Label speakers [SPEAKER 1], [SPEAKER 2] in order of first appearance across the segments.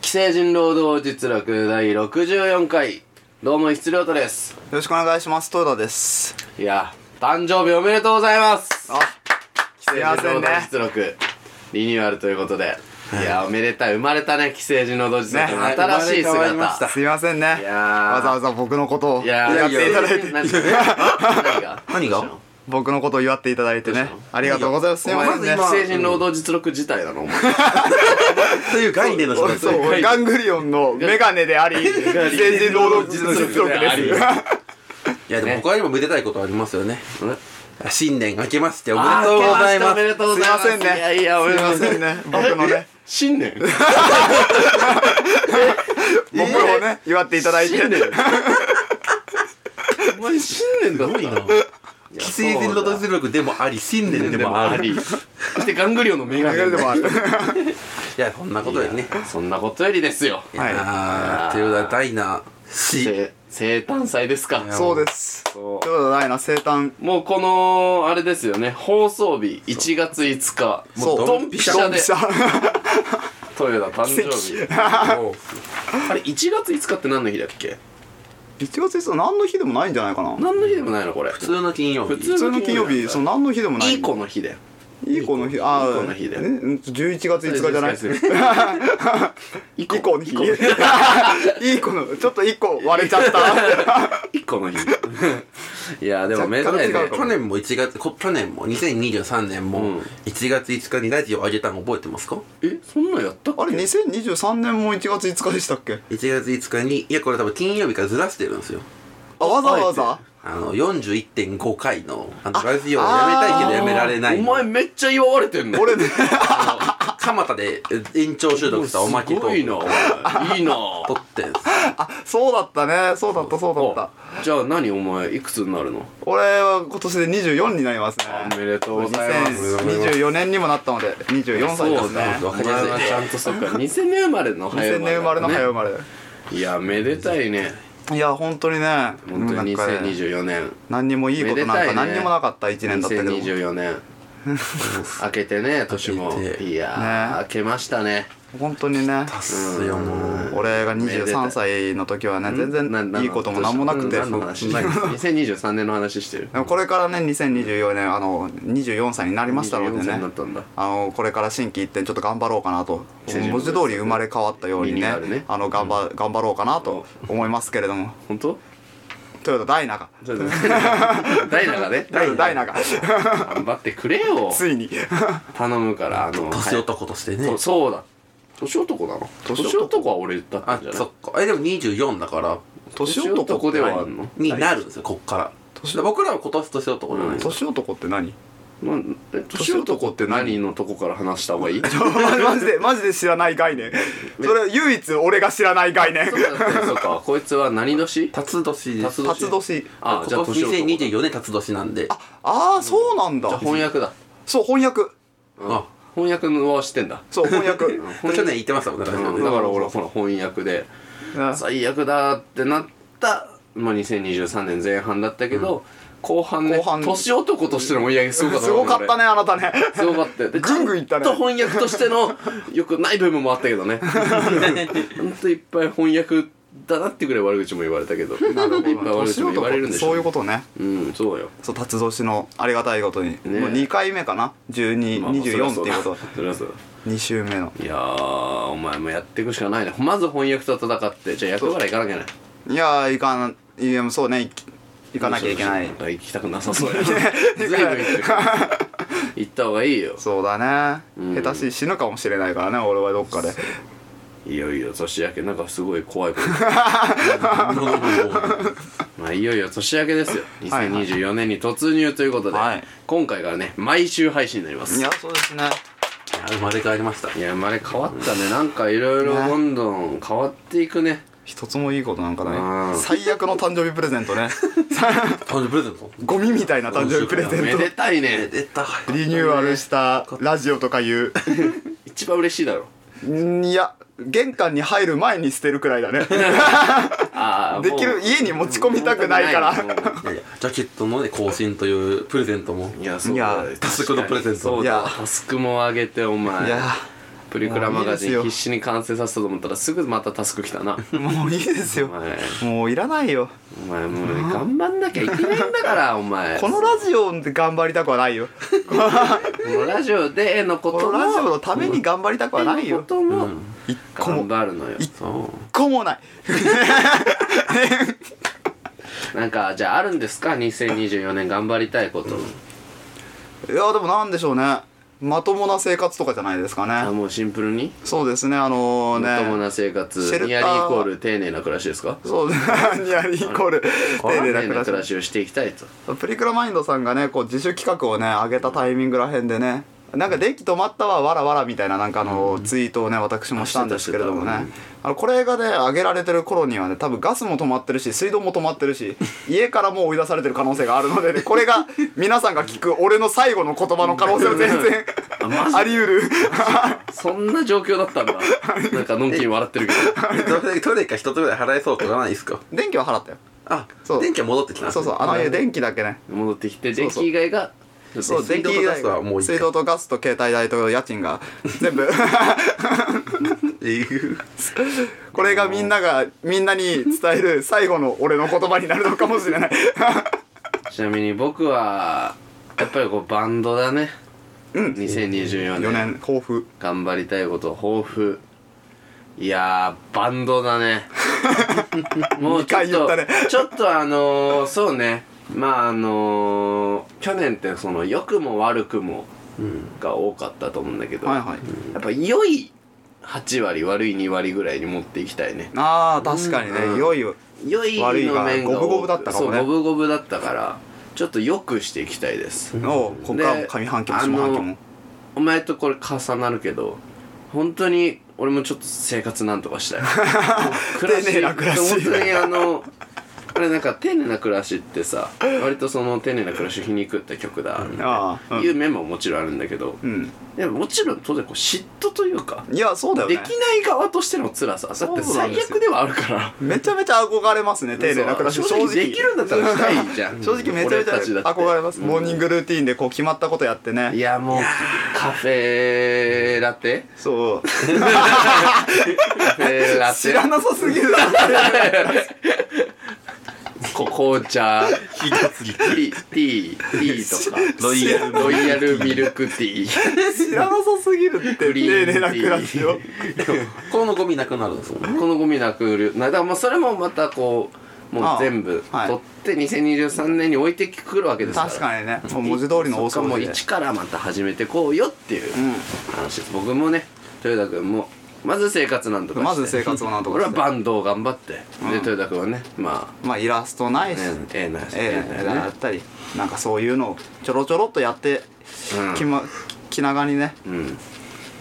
[SPEAKER 1] 既成人労働実力第64回どうも質量とです
[SPEAKER 2] よろしくお願いします。トーダです。
[SPEAKER 1] いや誕生日おめでとうございます
[SPEAKER 2] あ、
[SPEAKER 1] 既成人労働実力リニューアルということでいやおめでたい生まれたね既成人労働実力の
[SPEAKER 2] ね
[SPEAKER 1] 新しい
[SPEAKER 3] 生ま
[SPEAKER 1] 姿
[SPEAKER 3] れ変わりました
[SPEAKER 2] すいませんね。
[SPEAKER 1] いやー
[SPEAKER 2] わざわざ僕のことを
[SPEAKER 1] いや
[SPEAKER 2] 祝っていただいて、
[SPEAKER 1] 何何が
[SPEAKER 3] 何が
[SPEAKER 2] 僕のことを祝っていただいて
[SPEAKER 1] どう
[SPEAKER 2] ね
[SPEAKER 1] したの。
[SPEAKER 2] ありがとうございます。すい
[SPEAKER 1] お前
[SPEAKER 2] ません
[SPEAKER 3] ず
[SPEAKER 2] ね。
[SPEAKER 3] 今
[SPEAKER 1] 既成人労働実力自体なのお前
[SPEAKER 3] という概念の人
[SPEAKER 2] 俺
[SPEAKER 3] です
[SPEAKER 2] そう
[SPEAKER 3] ね。
[SPEAKER 2] 俺ガングリオンのメガネであり、
[SPEAKER 1] ガリ
[SPEAKER 2] 成人労働実力です。
[SPEAKER 3] いや、でも他にもめでたいことありますよね。新年明けましてお
[SPEAKER 1] お
[SPEAKER 3] めでとうござい
[SPEAKER 1] お
[SPEAKER 3] ま
[SPEAKER 1] め
[SPEAKER 3] す。
[SPEAKER 1] でとうございます
[SPEAKER 2] すいませんね
[SPEAKER 1] いやいやおめでとうご
[SPEAKER 2] すい
[SPEAKER 1] ざい
[SPEAKER 2] ません
[SPEAKER 1] ます
[SPEAKER 2] ね。僕のね、
[SPEAKER 1] 新年
[SPEAKER 2] 僕をね、祝っていただいて。
[SPEAKER 1] 新年 お前新年だった
[SPEAKER 3] 既成人の努力でもあり、新年で
[SPEAKER 1] で
[SPEAKER 3] も
[SPEAKER 1] もあ
[SPEAKER 3] あり。
[SPEAKER 1] り
[SPEAKER 3] い
[SPEAKER 1] そしてガングリオンのメガ
[SPEAKER 2] メガ
[SPEAKER 1] ネ
[SPEAKER 2] ネでもある。
[SPEAKER 3] や、こんなことでね。
[SPEAKER 1] そんなことよりですよ
[SPEAKER 3] いやー、ということで、大なし。
[SPEAKER 1] せ生誕祭ですか
[SPEAKER 3] や
[SPEAKER 2] そうです。という
[SPEAKER 1] そう
[SPEAKER 2] ことでないな、生誕。
[SPEAKER 1] もうこのあれですよね放送日1月5日
[SPEAKER 2] そう
[SPEAKER 1] もうドンピシ
[SPEAKER 3] ド
[SPEAKER 1] ャ
[SPEAKER 2] ドン
[SPEAKER 1] で
[SPEAKER 2] ピシャ
[SPEAKER 1] トヨタ誕生 日
[SPEAKER 3] もう
[SPEAKER 1] あれ1月5日って何の日だっけ
[SPEAKER 2] 1月1日何の日でもないんじゃないかな。
[SPEAKER 1] 何の日でもないのこれ
[SPEAKER 3] 普通の金曜日。
[SPEAKER 1] 普
[SPEAKER 2] 普
[SPEAKER 1] 通
[SPEAKER 2] 通の金曜日、そう何の日でもない。
[SPEAKER 1] いい子の日だよ
[SPEAKER 2] いい子の日、ああ、
[SPEAKER 1] いい子の日だよ
[SPEAKER 2] ねうん11月5日じゃない。
[SPEAKER 1] いい
[SPEAKER 2] いい子の日。
[SPEAKER 1] 1
[SPEAKER 2] い い子の、ちょっと1個割れちゃった。
[SPEAKER 1] 個の日 いやでもめで
[SPEAKER 2] 若
[SPEAKER 1] たい
[SPEAKER 2] 干違うか
[SPEAKER 1] ね
[SPEAKER 2] も
[SPEAKER 3] 去年も1月、こ去年も2023年
[SPEAKER 1] うん
[SPEAKER 3] も1月5日にラジオ上げたの覚えてますか
[SPEAKER 1] えそんなんやったっけ
[SPEAKER 2] あれ、2023年も1月5日でしたっけ
[SPEAKER 3] ?1 月5日に、いやこれ多分金曜日からずらしてるんですよ。
[SPEAKER 2] あ、わざわざ
[SPEAKER 3] あの、41.5回の、あの、ラジオをやめたいけどやめられな
[SPEAKER 1] お
[SPEAKER 3] いの。
[SPEAKER 1] 前めっちゃ祝われてんの
[SPEAKER 2] 俺ね、
[SPEAKER 3] あの蒲田で延長収録したおまけ
[SPEAKER 1] す
[SPEAKER 3] と
[SPEAKER 1] ごいなお前いい な
[SPEAKER 3] 撮ってんす
[SPEAKER 2] あ、そうだったね。そうだった、そうだった。
[SPEAKER 1] じゃあ何お前いくつになるの
[SPEAKER 2] 俺は今年で24になりますね。
[SPEAKER 1] おめでとうございます
[SPEAKER 2] 2024年にもなったので、24歳ですね。
[SPEAKER 1] お前はちゃんとそっか2000年生まれの早
[SPEAKER 2] 2000
[SPEAKER 1] 生まれ
[SPEAKER 2] 年生まれの早生まれ。
[SPEAKER 1] いやめでたいね
[SPEAKER 2] いや、本当にね、
[SPEAKER 1] 本当に
[SPEAKER 2] なんかね
[SPEAKER 1] 2024年
[SPEAKER 2] 何にもいいことなんか何にもなかった1年だったけど。
[SPEAKER 1] 2024年 明けてね年も
[SPEAKER 3] 明けて
[SPEAKER 1] いやー
[SPEAKER 2] ね
[SPEAKER 1] 明けましたね
[SPEAKER 2] 本当にね。
[SPEAKER 3] っすよもう
[SPEAKER 2] 俺が
[SPEAKER 1] めでたい
[SPEAKER 2] 23歳の時はね全
[SPEAKER 1] なな
[SPEAKER 2] 然いいことも何もなくて
[SPEAKER 1] 何の話して る2023年の話してる
[SPEAKER 2] でもこれからね2024年あの24歳になりましたので
[SPEAKER 1] 24歳にな
[SPEAKER 2] ね
[SPEAKER 1] ったんだ
[SPEAKER 2] あのこれから心機一転ちょっと頑張ろうかなと
[SPEAKER 1] 成人
[SPEAKER 2] 文字通り生まれ変わったように
[SPEAKER 1] リニュ
[SPEAKER 2] ね
[SPEAKER 1] ーアルね
[SPEAKER 2] あの頑張頑張ろうかなと思いますけれども
[SPEAKER 1] 本当
[SPEAKER 2] トヨタ大中
[SPEAKER 1] ちょっと ダイナがね
[SPEAKER 2] トヨタ大中
[SPEAKER 1] 頑張ってくれよ
[SPEAKER 2] ついに
[SPEAKER 1] 頼むからあの
[SPEAKER 3] 年男としてね
[SPEAKER 1] そうそうだ年男なの
[SPEAKER 2] 年男
[SPEAKER 1] 年男は俺だった
[SPEAKER 3] あ
[SPEAKER 1] んじゃない
[SPEAKER 3] そっかえでも24だから
[SPEAKER 2] 年男って
[SPEAKER 1] ではあ
[SPEAKER 2] 何
[SPEAKER 1] んの
[SPEAKER 3] になるんですよこっから
[SPEAKER 2] 年
[SPEAKER 3] だから僕らは今年年男じゃないですか
[SPEAKER 2] 年男って何
[SPEAKER 1] なんえ年男って何のとこから話した方がいいそ
[SPEAKER 2] マジでマジで知らない概念それ唯一俺が知らない概念
[SPEAKER 1] うだったねそうかこいつは何年
[SPEAKER 3] 辰年です
[SPEAKER 1] 辰
[SPEAKER 2] 辰年
[SPEAKER 1] あ
[SPEAKER 3] 今
[SPEAKER 1] じゃあ
[SPEAKER 3] 年
[SPEAKER 1] 年男だ
[SPEAKER 3] 2024年辰年なんで
[SPEAKER 2] ああそうなんだ
[SPEAKER 1] じゃあ翻訳だ
[SPEAKER 2] そう翻訳
[SPEAKER 3] あ
[SPEAKER 1] 翻訳のは知ってんだ
[SPEAKER 2] そう翻訳うん
[SPEAKER 3] 去年言ってましたもんねラジオ
[SPEAKER 1] うん
[SPEAKER 3] で
[SPEAKER 1] だから俺ほら翻訳で最悪だってなった、まあ、2023年前半だったけど、後半ね
[SPEAKER 2] 後半
[SPEAKER 1] 年男としての追い上げすごかった
[SPEAKER 2] すごかったねあなたね
[SPEAKER 1] すごかったよで
[SPEAKER 2] ぐんぐんいったね
[SPEAKER 1] ちゃんと翻訳としてのよくない部分もあったけどねほんといっぱい翻訳だなってぐらい悪口も言われたけどいっぱい悪口も言われるんでし
[SPEAKER 2] そういう
[SPEAKER 1] ょ
[SPEAKER 2] ことね
[SPEAKER 1] うんそうよ
[SPEAKER 2] そう辰年のありがたいことに、
[SPEAKER 1] ね
[SPEAKER 2] もう2回目かな
[SPEAKER 1] まあまあ
[SPEAKER 2] 1224っていうこと
[SPEAKER 1] そりゃそうだ
[SPEAKER 2] 2週目の
[SPEAKER 1] そりゃそうだいやーお前もやっていくしかないねまず翻訳と戦ってじゃあ役から行かなきゃね
[SPEAKER 2] いやーいかんいやそうねい行かなきゃいけない
[SPEAKER 1] んか行きたくなさ そうや随分行ってくる行った方がいいよ
[SPEAKER 2] そうだね、
[SPEAKER 1] うん
[SPEAKER 2] 下手し死ぬかもしれないからね俺はどっかで
[SPEAKER 1] いよいよ年明けなんかすごい怖いことまあいよいよ年明けですよ
[SPEAKER 2] はいはい
[SPEAKER 1] 2024年に突入ということで、
[SPEAKER 2] はい
[SPEAKER 1] 今回からね毎週配信になります
[SPEAKER 2] いやそうですね
[SPEAKER 3] いや生まれ変わりました
[SPEAKER 1] いや生まれ変わったねなんかいろいろ
[SPEAKER 2] ね
[SPEAKER 1] どんどん変わっていくね
[SPEAKER 2] 一つもいいことなんか
[SPEAKER 1] う
[SPEAKER 2] なんい最悪の誕生日プレゼントね
[SPEAKER 3] 誕生日プレゼント
[SPEAKER 2] ゴミみたいな誕生日プ レ
[SPEAKER 1] お
[SPEAKER 2] ゼ
[SPEAKER 1] め
[SPEAKER 2] ント
[SPEAKER 1] でたい
[SPEAKER 3] え
[SPEAKER 1] ね
[SPEAKER 3] 出た
[SPEAKER 2] リニューアルしたラジオとかいう
[SPEAKER 1] 一番嬉しいだろ
[SPEAKER 2] んいや玄関に入る前に捨てるくら いだね
[SPEAKER 1] ああ
[SPEAKER 2] できる家に持ち込みたくないから
[SPEAKER 3] いやいやジャケットのね更新というプレゼントも
[SPEAKER 1] いやそうだよ
[SPEAKER 2] いや
[SPEAKER 3] タスクのプレゼント
[SPEAKER 1] そう
[SPEAKER 2] い
[SPEAKER 1] だ
[SPEAKER 2] や
[SPEAKER 1] タスクもあげてお前
[SPEAKER 2] いや
[SPEAKER 1] プリクラマガジ
[SPEAKER 2] も
[SPEAKER 1] ン
[SPEAKER 2] うい
[SPEAKER 1] 必
[SPEAKER 2] いです
[SPEAKER 1] 死に完成させたと思ったらすぐまたタスク来た な
[SPEAKER 2] よもういいで
[SPEAKER 1] お
[SPEAKER 2] すよ
[SPEAKER 1] 前
[SPEAKER 2] もういらないよ
[SPEAKER 1] お前もう頑張んなきゃいけないんだからお前
[SPEAKER 2] このラジオで頑張りたくはないよ
[SPEAKER 1] このラジオでのこ
[SPEAKER 2] ことの
[SPEAKER 1] も
[SPEAKER 2] ラジオのために頑張りたくはない
[SPEAKER 1] こ
[SPEAKER 2] よ
[SPEAKER 1] とも
[SPEAKER 2] 一個
[SPEAKER 1] 頑
[SPEAKER 2] も
[SPEAKER 1] 張るのよ
[SPEAKER 2] 一
[SPEAKER 3] そ
[SPEAKER 2] 個もない
[SPEAKER 1] なんかじゃああるんですか2024年頑張りたいこと、
[SPEAKER 2] いやでもなんでしょうねまともな生活とかじゃないですか
[SPEAKER 1] あ
[SPEAKER 2] ね
[SPEAKER 1] もうシンプルに
[SPEAKER 2] そうですねあの
[SPEAKER 1] まとも
[SPEAKER 2] ね
[SPEAKER 1] な生活
[SPEAKER 2] シェルター
[SPEAKER 1] ニアリーイコール丁寧な暮らしですか
[SPEAKER 2] そう ですねニアリーイコール丁寧な暮らし
[SPEAKER 1] しをしていきたいと
[SPEAKER 2] プリクラマインドさんがねこう自主企画をね上げたタイミングらへんでねなんか電気止まったわわらわらみたいななんかあのツイートをね私もしたんですけれども
[SPEAKER 1] あして
[SPEAKER 2] ねあのこれがね上げられてる頃にはね多分ガスも止まってるし水道も止まってるし家からもう追い出されてる可能性があるのでねこれが皆さんが聞く俺の最後の言葉の可能性は全 然あり得る
[SPEAKER 1] そんな状況だ ったんだなんかのんきに笑ってるけど
[SPEAKER 3] う。どれどれか一つぐらい払えそうとかないですか
[SPEAKER 2] 電気は払ったよ
[SPEAKER 3] あ
[SPEAKER 2] そう
[SPEAKER 3] 電気は戻ってきた
[SPEAKER 2] そうそうあの家電気だけね
[SPEAKER 1] 戻ってきて
[SPEAKER 2] そ
[SPEAKER 1] 電
[SPEAKER 2] うそう
[SPEAKER 1] 気以外が
[SPEAKER 2] そう
[SPEAKER 3] 水
[SPEAKER 2] 電
[SPEAKER 3] 道
[SPEAKER 2] 気
[SPEAKER 3] とガ
[SPEAKER 2] 代
[SPEAKER 3] スはもういいか
[SPEAKER 2] 水道とガスと携帯代と家賃が全部
[SPEAKER 3] えぐ
[SPEAKER 2] これがみんながみんなに伝える最後の俺の言葉になるのかもしれない
[SPEAKER 1] ちなみに僕はやっぱりこうバンドだねうん2024
[SPEAKER 2] 4
[SPEAKER 1] 年
[SPEAKER 2] 年抱負
[SPEAKER 1] 頑張りたいこと抱負いやーバンドだ ねもうちょっ
[SPEAKER 2] 二回言っ
[SPEAKER 1] と
[SPEAKER 2] たね
[SPEAKER 1] ちょっとあのー、そうねまああのー、去年ってその良くも悪くもが多かったと思うんだけど、
[SPEAKER 2] はいはい
[SPEAKER 1] やっぱ良い8割悪い2割ぐらいに持っていきたいね
[SPEAKER 2] あー確かにね、いよいよ
[SPEAKER 1] 良い
[SPEAKER 2] 悪い
[SPEAKER 1] の
[SPEAKER 2] が
[SPEAKER 1] 面が多く
[SPEAKER 2] 五分五分だったかもね
[SPEAKER 1] そう五分五分だったからちょっと良くしていきたいです
[SPEAKER 2] のここからも上半期も下半期
[SPEAKER 1] あ
[SPEAKER 2] も
[SPEAKER 1] のお前とこれ重なるけど本当に俺もちょっと生活なんとか したい
[SPEAKER 2] 丁寧な暮らし
[SPEAKER 1] 本当にあのあれなんか丁寧な暮らしってさ割とその丁寧な暮らしを皮肉った曲だみたい
[SPEAKER 2] ああ
[SPEAKER 1] ないう面ももちろんあるんだけど、
[SPEAKER 2] うん、
[SPEAKER 1] でももちろん当然こう嫉妬というか
[SPEAKER 2] いやそうだよ
[SPEAKER 1] で
[SPEAKER 2] ね
[SPEAKER 1] きない側としての辛さだって
[SPEAKER 2] そうなん
[SPEAKER 1] 最
[SPEAKER 2] ですよ
[SPEAKER 1] 悪ではあるから
[SPEAKER 2] めちゃめちゃ憧れますね丁寧な暮ら
[SPEAKER 1] そ
[SPEAKER 2] し
[SPEAKER 1] う
[SPEAKER 2] 正直
[SPEAKER 1] できるんだったらしたいじゃん
[SPEAKER 2] 正直めちゃめちゃ
[SPEAKER 1] 俺たちだって
[SPEAKER 2] 憧れます、モーニングルーティーンでこう決まったことやって
[SPEAKER 1] い
[SPEAKER 2] ね
[SPEAKER 1] やもうカフェラテ
[SPEAKER 2] そう
[SPEAKER 1] カフェラテ
[SPEAKER 2] 知らなさすぎ るな
[SPEAKER 1] こ 紅茶
[SPEAKER 3] 気がつぎ
[SPEAKER 1] ティーティーティーとか
[SPEAKER 3] ロイヤル
[SPEAKER 1] ロイヤルミルクティー
[SPEAKER 2] 知らなさすぎるって
[SPEAKER 1] グリーンテ
[SPEAKER 2] 丁
[SPEAKER 1] ィー
[SPEAKER 2] 寧な暮らしを
[SPEAKER 3] このゴミなくなるんですもんね
[SPEAKER 1] このゴミなく売るなだからまあそれもまたこうも
[SPEAKER 2] あ
[SPEAKER 1] う
[SPEAKER 2] あ
[SPEAKER 1] 全部
[SPEAKER 2] はい
[SPEAKER 1] 取って2023年に置いてくるわけですから
[SPEAKER 2] 確かにねもう文字通りの大
[SPEAKER 1] そっかも
[SPEAKER 2] 掃
[SPEAKER 1] う
[SPEAKER 2] 除で
[SPEAKER 1] 一からまた始めてこうよっていう話です、僕もね豊田君もまず生活なんとかして
[SPEAKER 2] まず生活をなんとか
[SPEAKER 1] 俺
[SPEAKER 2] し
[SPEAKER 1] は
[SPEAKER 2] て
[SPEAKER 1] バンドを頑張って、で豊田君はねま
[SPEAKER 2] まあイラストな
[SPEAKER 1] あ
[SPEAKER 2] いし、
[SPEAKER 1] ねええな
[SPEAKER 2] ええ
[SPEAKER 1] ええな
[SPEAKER 2] だったりなんかそういうのをちょろちょろっとやって、
[SPEAKER 1] うん
[SPEAKER 2] きま気長にね
[SPEAKER 1] うん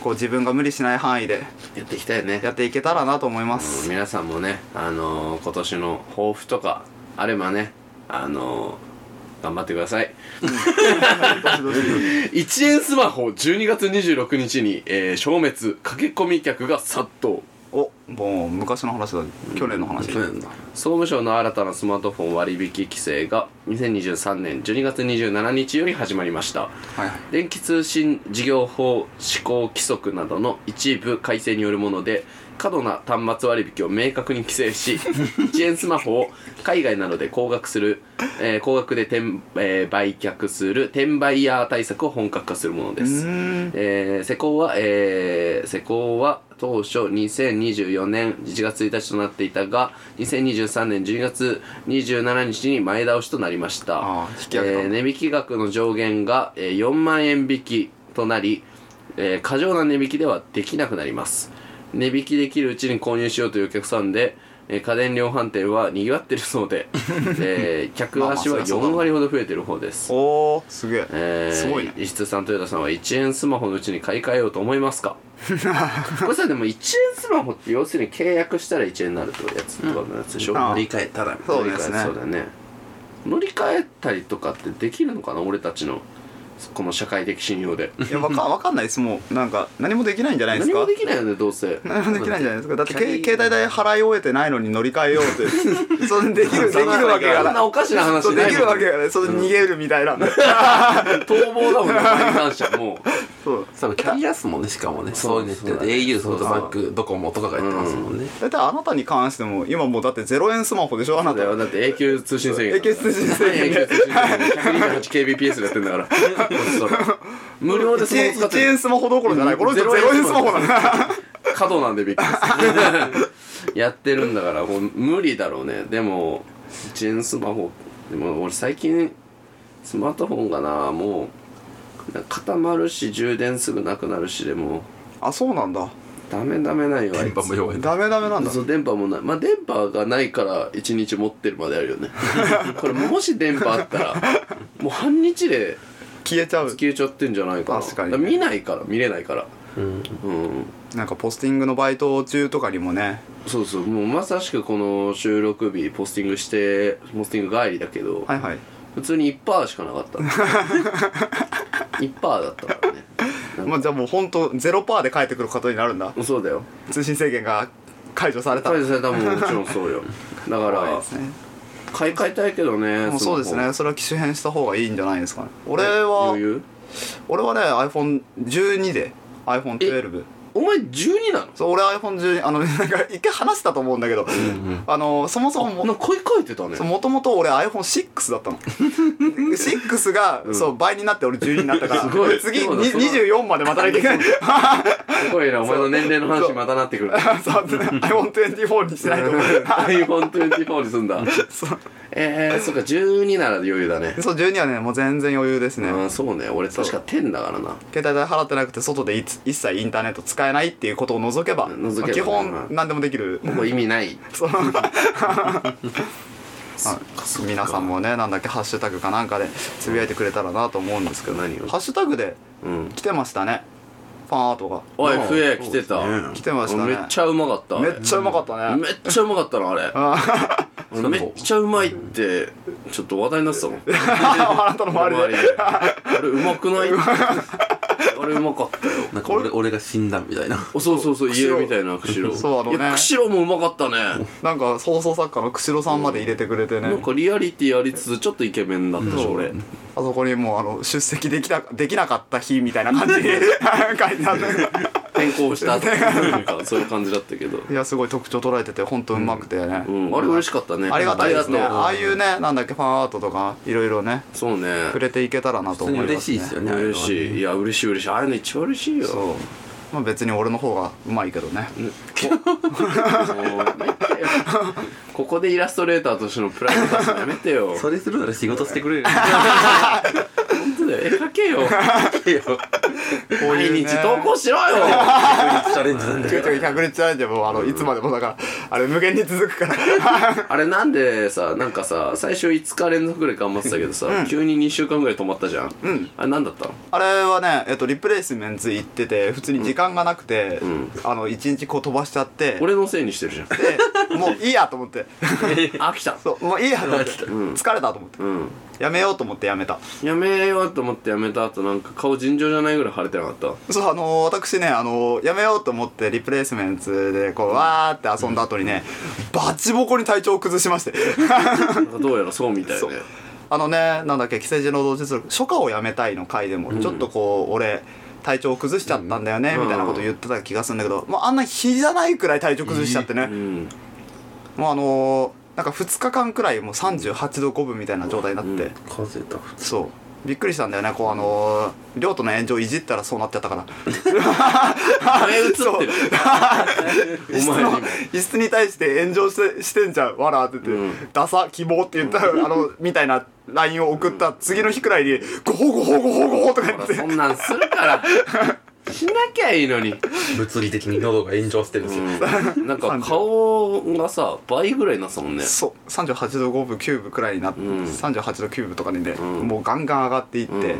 [SPEAKER 2] こう自分が無理しない範囲で
[SPEAKER 1] やっていきたいね
[SPEAKER 2] やっていけたらなと思います、
[SPEAKER 1] 皆さんもね、あのー今年の抱負とかあればね、あのー頑張ってください一円スマホ12月26日に、えー消滅駆け込み客が殺到
[SPEAKER 2] おもう昔の話だ去年の話、
[SPEAKER 3] 去年だ
[SPEAKER 1] 総務省の新たなスマートフォン割引規制が2023年12月27日より始まりました
[SPEAKER 2] はいはい
[SPEAKER 1] 電気通信事業法施行規則などの一部改正によるもので過度な端末割引を明確に規制し 1円スマホを海外などで高額する、えー高額で転、えー売却する転売ヤー対策を本格化するもので
[SPEAKER 2] う
[SPEAKER 1] す
[SPEAKER 2] ーん
[SPEAKER 1] えー施工は、えー施工は当初2024年1月1日となっていたが2023年12月27日に前倒しとなりました
[SPEAKER 2] あー引き上げた
[SPEAKER 1] えー値引き額の上限が、えー4万円引きとなり、えー過剰な値引きではできなくなります値引きできるうちに購入しようというお客さんで、えー家電量販店は賑わってるそう で、えー客足は
[SPEAKER 2] まあまあそりゃ
[SPEAKER 1] 4
[SPEAKER 2] そうだろう
[SPEAKER 1] 割ほど増えてる方です
[SPEAKER 2] おーすげえ、
[SPEAKER 1] えー、
[SPEAKER 2] すごいね
[SPEAKER 1] 石津さん豊田さんは1円スマホのうちに買い替えようと思います かこれさでも1円スマホって要するに契約したら1円になるってやつとかのやつでしょ、
[SPEAKER 2] うんあ
[SPEAKER 3] 乗り換えたら
[SPEAKER 2] そうです
[SPEAKER 1] 乗り換
[SPEAKER 2] ね
[SPEAKER 1] えそうだね乗り換えたりとかってできるのかな俺たちのこの社会的信用で
[SPEAKER 2] いやわかわかんないですもうなんか何もできないんじゃないです
[SPEAKER 1] 何
[SPEAKER 2] か
[SPEAKER 1] もできないよねどうせ
[SPEAKER 2] 何もできないんじゃないですかだって
[SPEAKER 1] キャリー
[SPEAKER 2] け携帯代払い終えてないのに乗り換えよう ってそれできるできるわけが
[SPEAKER 1] そんな
[SPEAKER 2] ない
[SPEAKER 1] おかしな話
[SPEAKER 2] そう
[SPEAKER 1] な
[SPEAKER 2] で
[SPEAKER 1] いもん
[SPEAKER 2] きるわけがないそれで逃げるみたいな
[SPEAKER 1] 逃亡 だもんねお前に関してはもう
[SPEAKER 2] そう
[SPEAKER 3] 多分キャリア数もんねしかもね
[SPEAKER 1] そ
[SPEAKER 3] そうういうの
[SPEAKER 1] そうだ
[SPEAKER 3] って
[SPEAKER 1] ね
[SPEAKER 3] au ソフトバンクドコモとかがやってますもんね
[SPEAKER 2] 大体あなたに関しても今もうだって0円スマホでしょあな
[SPEAKER 1] だ
[SPEAKER 2] た
[SPEAKER 1] よだって永久通信制限
[SPEAKER 2] 永久通信制限
[SPEAKER 1] 永久通信 制限 128kbps でやってんだからこっそら無料でスマホ使っ
[SPEAKER 2] 1
[SPEAKER 1] てる
[SPEAKER 2] 円スマホどころじゃないこの人0円スマホなんだ
[SPEAKER 1] 過度なんでびっくりですやってるん だからもう無理だろうねでも1円スマホでも俺最近スマートフォンがなもうなんか固まるし充電すぐなくなるしでもう
[SPEAKER 2] あそうなんだ
[SPEAKER 1] ダメダメないよあい
[SPEAKER 3] 電波
[SPEAKER 1] つ
[SPEAKER 3] も弱い
[SPEAKER 2] ダメダメなんだ
[SPEAKER 1] そう電波もないまあ電波がないから1日持ってるまであるよね これもし電波あったらもう半日で
[SPEAKER 2] 消えちゃう
[SPEAKER 1] 消えちゃってんじゃないかな
[SPEAKER 2] 確かに
[SPEAKER 1] だら見ないから見れないから
[SPEAKER 3] うん
[SPEAKER 1] うん
[SPEAKER 2] なんかポスティングのバイト中とかにもね
[SPEAKER 1] そうそうもうまさしくこの収録日ポスティングしてポスティング帰りだけど、
[SPEAKER 2] はいはい
[SPEAKER 1] 普通に1%しかなか った1%だったからねなんか
[SPEAKER 2] まあじゃあもうほんと0%で帰ってくることになるんだ
[SPEAKER 1] そうだよ
[SPEAKER 2] 通信制限が解除された
[SPEAKER 1] 解除されたもんもちろんそうよだか
[SPEAKER 2] 怖い
[SPEAKER 1] ら
[SPEAKER 2] ですね
[SPEAKER 1] 買い替えたいけどね
[SPEAKER 2] もうそうですねそれは機種変した方がいいんじゃないですかね俺は
[SPEAKER 1] 余裕
[SPEAKER 2] 俺はね iPhone12 で iPhone12
[SPEAKER 1] お前12なの
[SPEAKER 2] そう俺 iPhone12 あの なんか一回話したと思うんだけど、あのそもそも
[SPEAKER 1] なんか買い替えてたね
[SPEAKER 2] そうもともと俺 iPhone6 だっ たの6が、そう倍になって俺12になったから
[SPEAKER 1] すごい
[SPEAKER 2] 次に
[SPEAKER 1] そうだそうだ
[SPEAKER 2] 24まで待たなきゃ いけない
[SPEAKER 1] すごいなお前の年齢の話
[SPEAKER 2] そう
[SPEAKER 1] またなってくる
[SPEAKER 2] そう iPhone24 にしない と
[SPEAKER 1] iPhone24 にすんだ
[SPEAKER 2] そう
[SPEAKER 1] えー、そっか12なら余裕だね
[SPEAKER 2] そう12はねもう全然余裕ですね、
[SPEAKER 1] うんそうね俺確か10だからな
[SPEAKER 2] 携帯代払ってなくて外でいつ一切インターネット使えないっていうことを除けば
[SPEAKER 1] 除けばね
[SPEAKER 2] 基
[SPEAKER 1] う
[SPEAKER 2] 本
[SPEAKER 1] ん
[SPEAKER 2] 何でもできる、
[SPEAKER 1] もう意味ない
[SPEAKER 2] その あ皆さんもねなんだっけハッシュタグかなんかでつぶやいてくれたらなと思うんですけど
[SPEAKER 1] 何を
[SPEAKER 2] ハッシュタグで
[SPEAKER 1] うん
[SPEAKER 2] 来てましたねファンアートが
[SPEAKER 1] おい
[SPEAKER 3] まあ
[SPEAKER 1] FA 来てた
[SPEAKER 3] そうですね
[SPEAKER 2] 来てました
[SPEAKER 1] め
[SPEAKER 2] ね
[SPEAKER 1] っちゃうまかったあ
[SPEAKER 2] め
[SPEAKER 1] れ
[SPEAKER 2] っちゃうまかったね
[SPEAKER 1] めっちゃうまかったなあれ
[SPEAKER 2] あ
[SPEAKER 1] 俺めっちゃうまいってちょっと話題になってたもん
[SPEAKER 2] ー あなたの周りで
[SPEAKER 1] であれうまくないあれうまかったよ
[SPEAKER 3] なんか俺俺が死んだみたいな
[SPEAKER 1] おそうそうそう
[SPEAKER 2] 釧
[SPEAKER 1] 家
[SPEAKER 2] 路
[SPEAKER 1] みたいな釧路
[SPEAKER 2] そうあのね
[SPEAKER 1] いや釧路もうまかったね
[SPEAKER 2] なんか放送作家の釧路さんまで入れてくれてね
[SPEAKER 1] なんかリアリティありつつちょっとイケメンだったし
[SPEAKER 2] そう
[SPEAKER 1] 俺
[SPEAKER 2] あそこにもうあの出席できなできなかった日みたいな感じに書いてあって
[SPEAKER 1] 転校したっていう かそういう感じだったけど
[SPEAKER 2] いやすごい特徴捉えてて本当うまくてね、
[SPEAKER 1] うんあれ嬉しかったね
[SPEAKER 2] ありがたいです
[SPEAKER 1] あり
[SPEAKER 2] ね
[SPEAKER 1] が
[SPEAKER 2] あ
[SPEAKER 1] とう
[SPEAKER 2] あいうねなんだっけファンアートとかいろいろね
[SPEAKER 1] そうね
[SPEAKER 2] 触れていけたらなと
[SPEAKER 3] 普通
[SPEAKER 2] 思い
[SPEAKER 3] に
[SPEAKER 2] ます、ね、
[SPEAKER 3] 嬉しいですよねああいうの
[SPEAKER 1] 嬉
[SPEAKER 3] は
[SPEAKER 1] しいいや嬉しい嬉しいあれの一番嬉しいよ
[SPEAKER 2] そうまあ別に俺の方がうまいけどね
[SPEAKER 1] もうやめてよ ここでイラストレーターとしてのプライド出すのやめてよ
[SPEAKER 3] それするなら仕事してくれる
[SPEAKER 1] 本当だよ絵描けよ
[SPEAKER 3] いいよ
[SPEAKER 2] こういう
[SPEAKER 1] 毎
[SPEAKER 2] ね
[SPEAKER 1] 日投稿しろよ
[SPEAKER 3] チャレンジなん
[SPEAKER 2] 違う
[SPEAKER 3] で
[SPEAKER 2] 違う100日チャレンジはもうあのいつまでも だからあれ無限に続くから
[SPEAKER 1] あれなんでさなんかさ最初5日連続ぐらい頑張ってたけどさ、急に2週間ぐらい止まったじゃん、
[SPEAKER 2] ん
[SPEAKER 1] あれなんだったの
[SPEAKER 2] あれはね、えっと、リプレイスメンツ行ってて普通に時間がなくて、
[SPEAKER 1] ん
[SPEAKER 2] あの1日こう飛ばしちゃって
[SPEAKER 1] 俺のせいにしてるじゃん
[SPEAKER 2] でもういいやと思って
[SPEAKER 1] 飽きた
[SPEAKER 2] そうもういいやと思って
[SPEAKER 1] うん
[SPEAKER 2] 疲れたと思って
[SPEAKER 1] うん
[SPEAKER 2] やめようと思ってやめた
[SPEAKER 1] やめようと思ってやめた後なんか顔尋常じゃないぐらい腫れてなかった
[SPEAKER 2] そうあのー私ね、あのーやめようと思ってリプレイスメンツでこうわーって遊んだ後にねバチボコに体調を崩しまして
[SPEAKER 1] なんかどうやらそうみたい
[SPEAKER 2] そう
[SPEAKER 1] ね
[SPEAKER 2] あのねなんだっけ「既成児の同時力初夏をやめたい」の回でも、ちょっとこう俺体調を崩しちゃったんだよね、
[SPEAKER 1] うん
[SPEAKER 2] みたいなこと言ってた気がするんだけど、まあ、あんな日じゃないくらい体調崩しちゃってね、
[SPEAKER 1] うん
[SPEAKER 2] もうあのーなんか2日間くらいもう38度5分みたいな状態になって、
[SPEAKER 1] うん
[SPEAKER 3] 風だ
[SPEAKER 2] そうびっくりしたんだよねこうあのー、亮との炎上いじったらそうなっちゃったから
[SPEAKER 1] お前映ってるお前に
[SPEAKER 2] 椅子の
[SPEAKER 1] も
[SPEAKER 2] 椅子に対して炎上してしてんじゃん「わら」って言って「
[SPEAKER 1] うん
[SPEAKER 2] ダサ希望」って言った、あのみたいな LINE を送った次の日くらいに「ゴホゴホゴホゴホ」とか言って
[SPEAKER 1] そんなんするからしなきゃいいのに、
[SPEAKER 3] 物理的に喉が炎上してるんですよ
[SPEAKER 1] なんか顔がさ倍ぐらいになってたもんね
[SPEAKER 2] そう38度5分9分くらいになって、
[SPEAKER 1] うん
[SPEAKER 2] 38度9分とかにね、
[SPEAKER 1] ん
[SPEAKER 2] もうガンガン上がっていって、
[SPEAKER 1] うん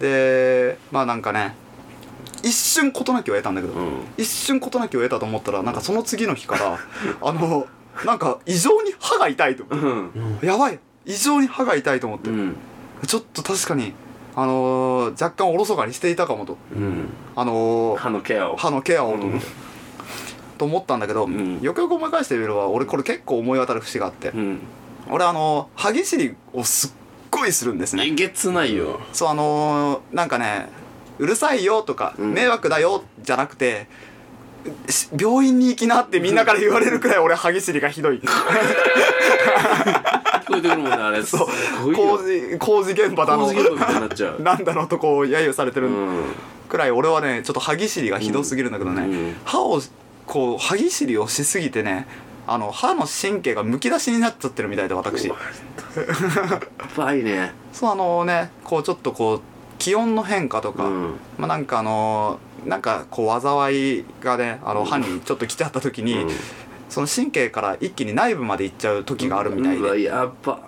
[SPEAKER 2] でまあなんかね一瞬事なきを得たんだけど、
[SPEAKER 1] うん
[SPEAKER 2] 一瞬事なきを得たと思ったらなんかその次の日から あのなんか異常に歯が痛いと思って
[SPEAKER 1] うん
[SPEAKER 2] やばい異常に歯が痛いと思って、
[SPEAKER 1] うん
[SPEAKER 2] ちょっと確かにあのー若干おろそかにしていたかもと、
[SPEAKER 1] うん
[SPEAKER 2] あのー
[SPEAKER 1] 歯のケアを
[SPEAKER 2] 歯のケアをと思って、と思ったんだけど、
[SPEAKER 1] ん
[SPEAKER 2] よくよく思い返してみれば俺これ結構思い当たる節があって、
[SPEAKER 1] うん
[SPEAKER 2] 俺あのー歯ぎしりをすっごいするんですね
[SPEAKER 1] えげつないよ
[SPEAKER 2] そうあのーなんかねうるさいよとか、
[SPEAKER 1] ん
[SPEAKER 2] 迷惑だよじゃなくてし病院に行きなってみんなから言われるくらい俺歯ぎしりがひどい
[SPEAKER 1] 聞こえてくるもんねあれ そう
[SPEAKER 2] 工事工事現場だの
[SPEAKER 1] 工事現場みたいになっちゃう
[SPEAKER 2] なんだろうとこう揶揄されてる
[SPEAKER 1] うん
[SPEAKER 2] くらい俺はねちょっと歯ぎしりがひどすぎるんだけどね、
[SPEAKER 1] うん
[SPEAKER 2] 歯をこう歯ぎしりをしすぎてねあの歯の神経がむき出しになっちゃってるみたいで私
[SPEAKER 1] やばいね
[SPEAKER 2] そうあのねこうちょっとこう気温の変化とか、
[SPEAKER 1] うん
[SPEAKER 2] まあ、なんかあのなんかこう災いがねあの歯にちょっと来ちゃった時に、
[SPEAKER 1] うん
[SPEAKER 2] その神経から一気に内部まで行っちゃう時があるみたいう
[SPEAKER 1] わ
[SPEAKER 2] で、
[SPEAKER 1] やば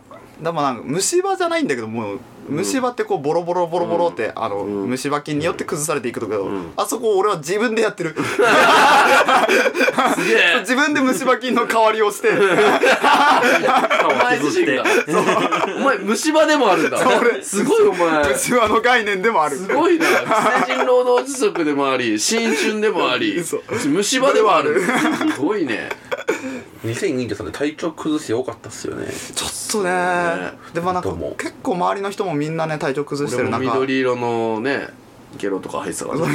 [SPEAKER 2] でもなんか虫歯じゃないんだけどもう虫歯ってこうボロボロボロボロって、あの
[SPEAKER 1] うん
[SPEAKER 2] 虫歯菌によって崩されていくとけど、
[SPEAKER 1] うん
[SPEAKER 2] あそこ俺は自分で やってる
[SPEAKER 1] すげえ
[SPEAKER 2] 自分で虫歯菌の代わり をして
[SPEAKER 1] お前自身がお前虫歯でもあるんだ
[SPEAKER 2] 俺
[SPEAKER 1] すごいお前
[SPEAKER 2] 虫歯の概念でもある
[SPEAKER 1] すごいな成人労働時速でもあり新春でもあり
[SPEAKER 2] そう
[SPEAKER 1] 虫歯でもあるすごいね
[SPEAKER 3] 2023で体調崩してよかったっすよね
[SPEAKER 2] ちょっとね
[SPEAKER 1] ね
[SPEAKER 2] でもなんか
[SPEAKER 3] どうも
[SPEAKER 2] 結構周りの人もみんなね体調崩して
[SPEAKER 1] 俺
[SPEAKER 2] る
[SPEAKER 1] も
[SPEAKER 2] 中
[SPEAKER 1] 緑色のねゲロとか入ってたからね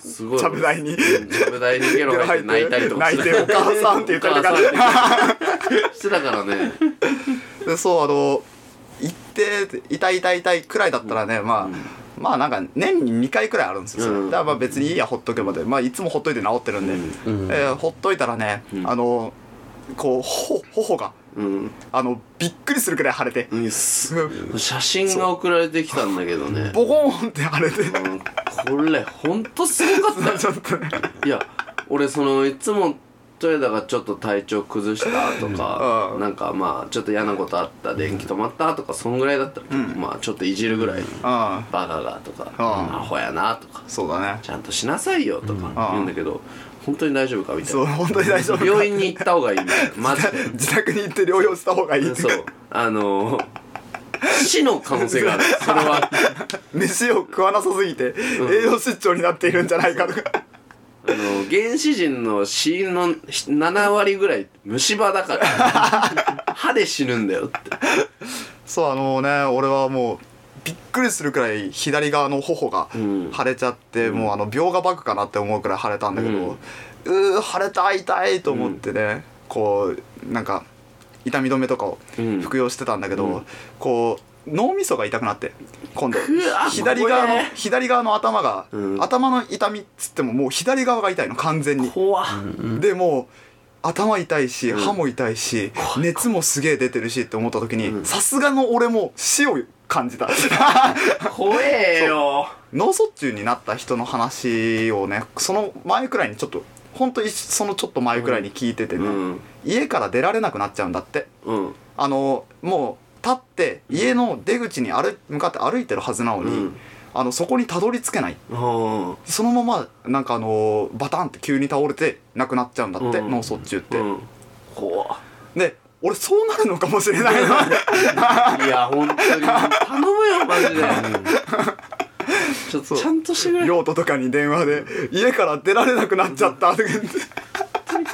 [SPEAKER 1] す ごい
[SPEAKER 2] ちゃぶ台に
[SPEAKER 1] うんちゃぶ台にゲロ入って泣いたりとか
[SPEAKER 2] 泣いてお母さんって言ったりとか
[SPEAKER 1] お母さんってしてたからね
[SPEAKER 2] でそうあの行って痛い痛い痛いくらいだったらね、まあ、まあなんか年に2回くらいあるんですよ、それ
[SPEAKER 1] うん
[SPEAKER 2] だからまあ別にいいやほっとけばで、まあ、いつもほっといて治ってるんで、
[SPEAKER 3] うん
[SPEAKER 2] えーほっといたらね、
[SPEAKER 1] ん
[SPEAKER 2] あのこうほ頬が
[SPEAKER 1] うん
[SPEAKER 2] あのびっくりするくらい腫れて、
[SPEAKER 1] うんす写真が送られてきたんだけどね
[SPEAKER 2] ボコーンって腫れて、
[SPEAKER 1] うんこれほんとすごかったよ
[SPEAKER 2] ちょっとね
[SPEAKER 1] いや俺そのいつもトヨタがちょっと体調崩したとか、
[SPEAKER 2] うん
[SPEAKER 1] なんかまあちょっと嫌なことあった電気止まったとかそんぐらいだったら、まあちょっといじるぐらい、
[SPEAKER 2] うん
[SPEAKER 1] バカがとか、
[SPEAKER 2] うん
[SPEAKER 1] アホやなとか
[SPEAKER 2] そうだね
[SPEAKER 1] ちゃんとしなさいよとか言うんだけど、本当に大丈夫かみたい
[SPEAKER 2] そう
[SPEAKER 1] な
[SPEAKER 2] 本当に大丈夫か
[SPEAKER 1] 病院に行った方がいいみたいなマ ジ
[SPEAKER 2] 自宅に行って療養した方がいい
[SPEAKER 1] で
[SPEAKER 2] って
[SPEAKER 1] そ
[SPEAKER 2] か
[SPEAKER 1] うあのー死の可能性がある それは
[SPEAKER 2] 飯を食わなさすぎて栄養失調になっているんじゃないかとか、
[SPEAKER 1] あの原始人の死因の7割ぐらい虫歯だから 歯で死ぬんだよって
[SPEAKER 2] そうあのね俺はもうびっくりするくらい左側の頬が
[SPEAKER 1] ん
[SPEAKER 2] 腫れちゃって、もうあの病がバグかなって思うくらい腫れたんだけど、
[SPEAKER 1] う
[SPEAKER 2] うんー腫れた痛いと思ってね、こうなんか痛み止めとかを
[SPEAKER 1] うん
[SPEAKER 2] 服用してたんだけど、こう脳みそが痛くなって今度
[SPEAKER 1] わ
[SPEAKER 2] 左側
[SPEAKER 1] 怖
[SPEAKER 2] の
[SPEAKER 1] え
[SPEAKER 2] 左側の頭が、
[SPEAKER 1] うん
[SPEAKER 2] 頭の痛みっつってももう左側が痛いの完全に
[SPEAKER 1] 怖っ
[SPEAKER 2] でもう頭痛いし
[SPEAKER 1] うん
[SPEAKER 2] 歯も痛いし、熱もすげえ出てるしって思った
[SPEAKER 1] う
[SPEAKER 2] 時
[SPEAKER 1] ん
[SPEAKER 2] にさすがの俺も死を感 じた
[SPEAKER 1] 怖えよ
[SPEAKER 2] 脳卒中になった人の話をねその前くらいにちょっとほんと一そのちょっと前くらいに聞いてて
[SPEAKER 1] う
[SPEAKER 2] ね、
[SPEAKER 1] ん
[SPEAKER 2] 家から出られなくなっちゃうんだって
[SPEAKER 1] うん
[SPEAKER 2] あのもう立って家の出口に歩い向かって歩いてるはずなのに、
[SPEAKER 1] うん
[SPEAKER 2] あのそこにたどり着けない
[SPEAKER 1] うん
[SPEAKER 2] そのままなんかあのバタンって急に倒れて亡くなっちゃうんだって、
[SPEAKER 1] うん
[SPEAKER 2] 脳卒中って、
[SPEAKER 1] うん怖っ
[SPEAKER 2] で俺そうなるのかもしれないな
[SPEAKER 1] いや本当に頼むよマジでちょっとちゃんとしてくれ
[SPEAKER 2] 用途とかに電話で家から出られなくなっちゃったとか言って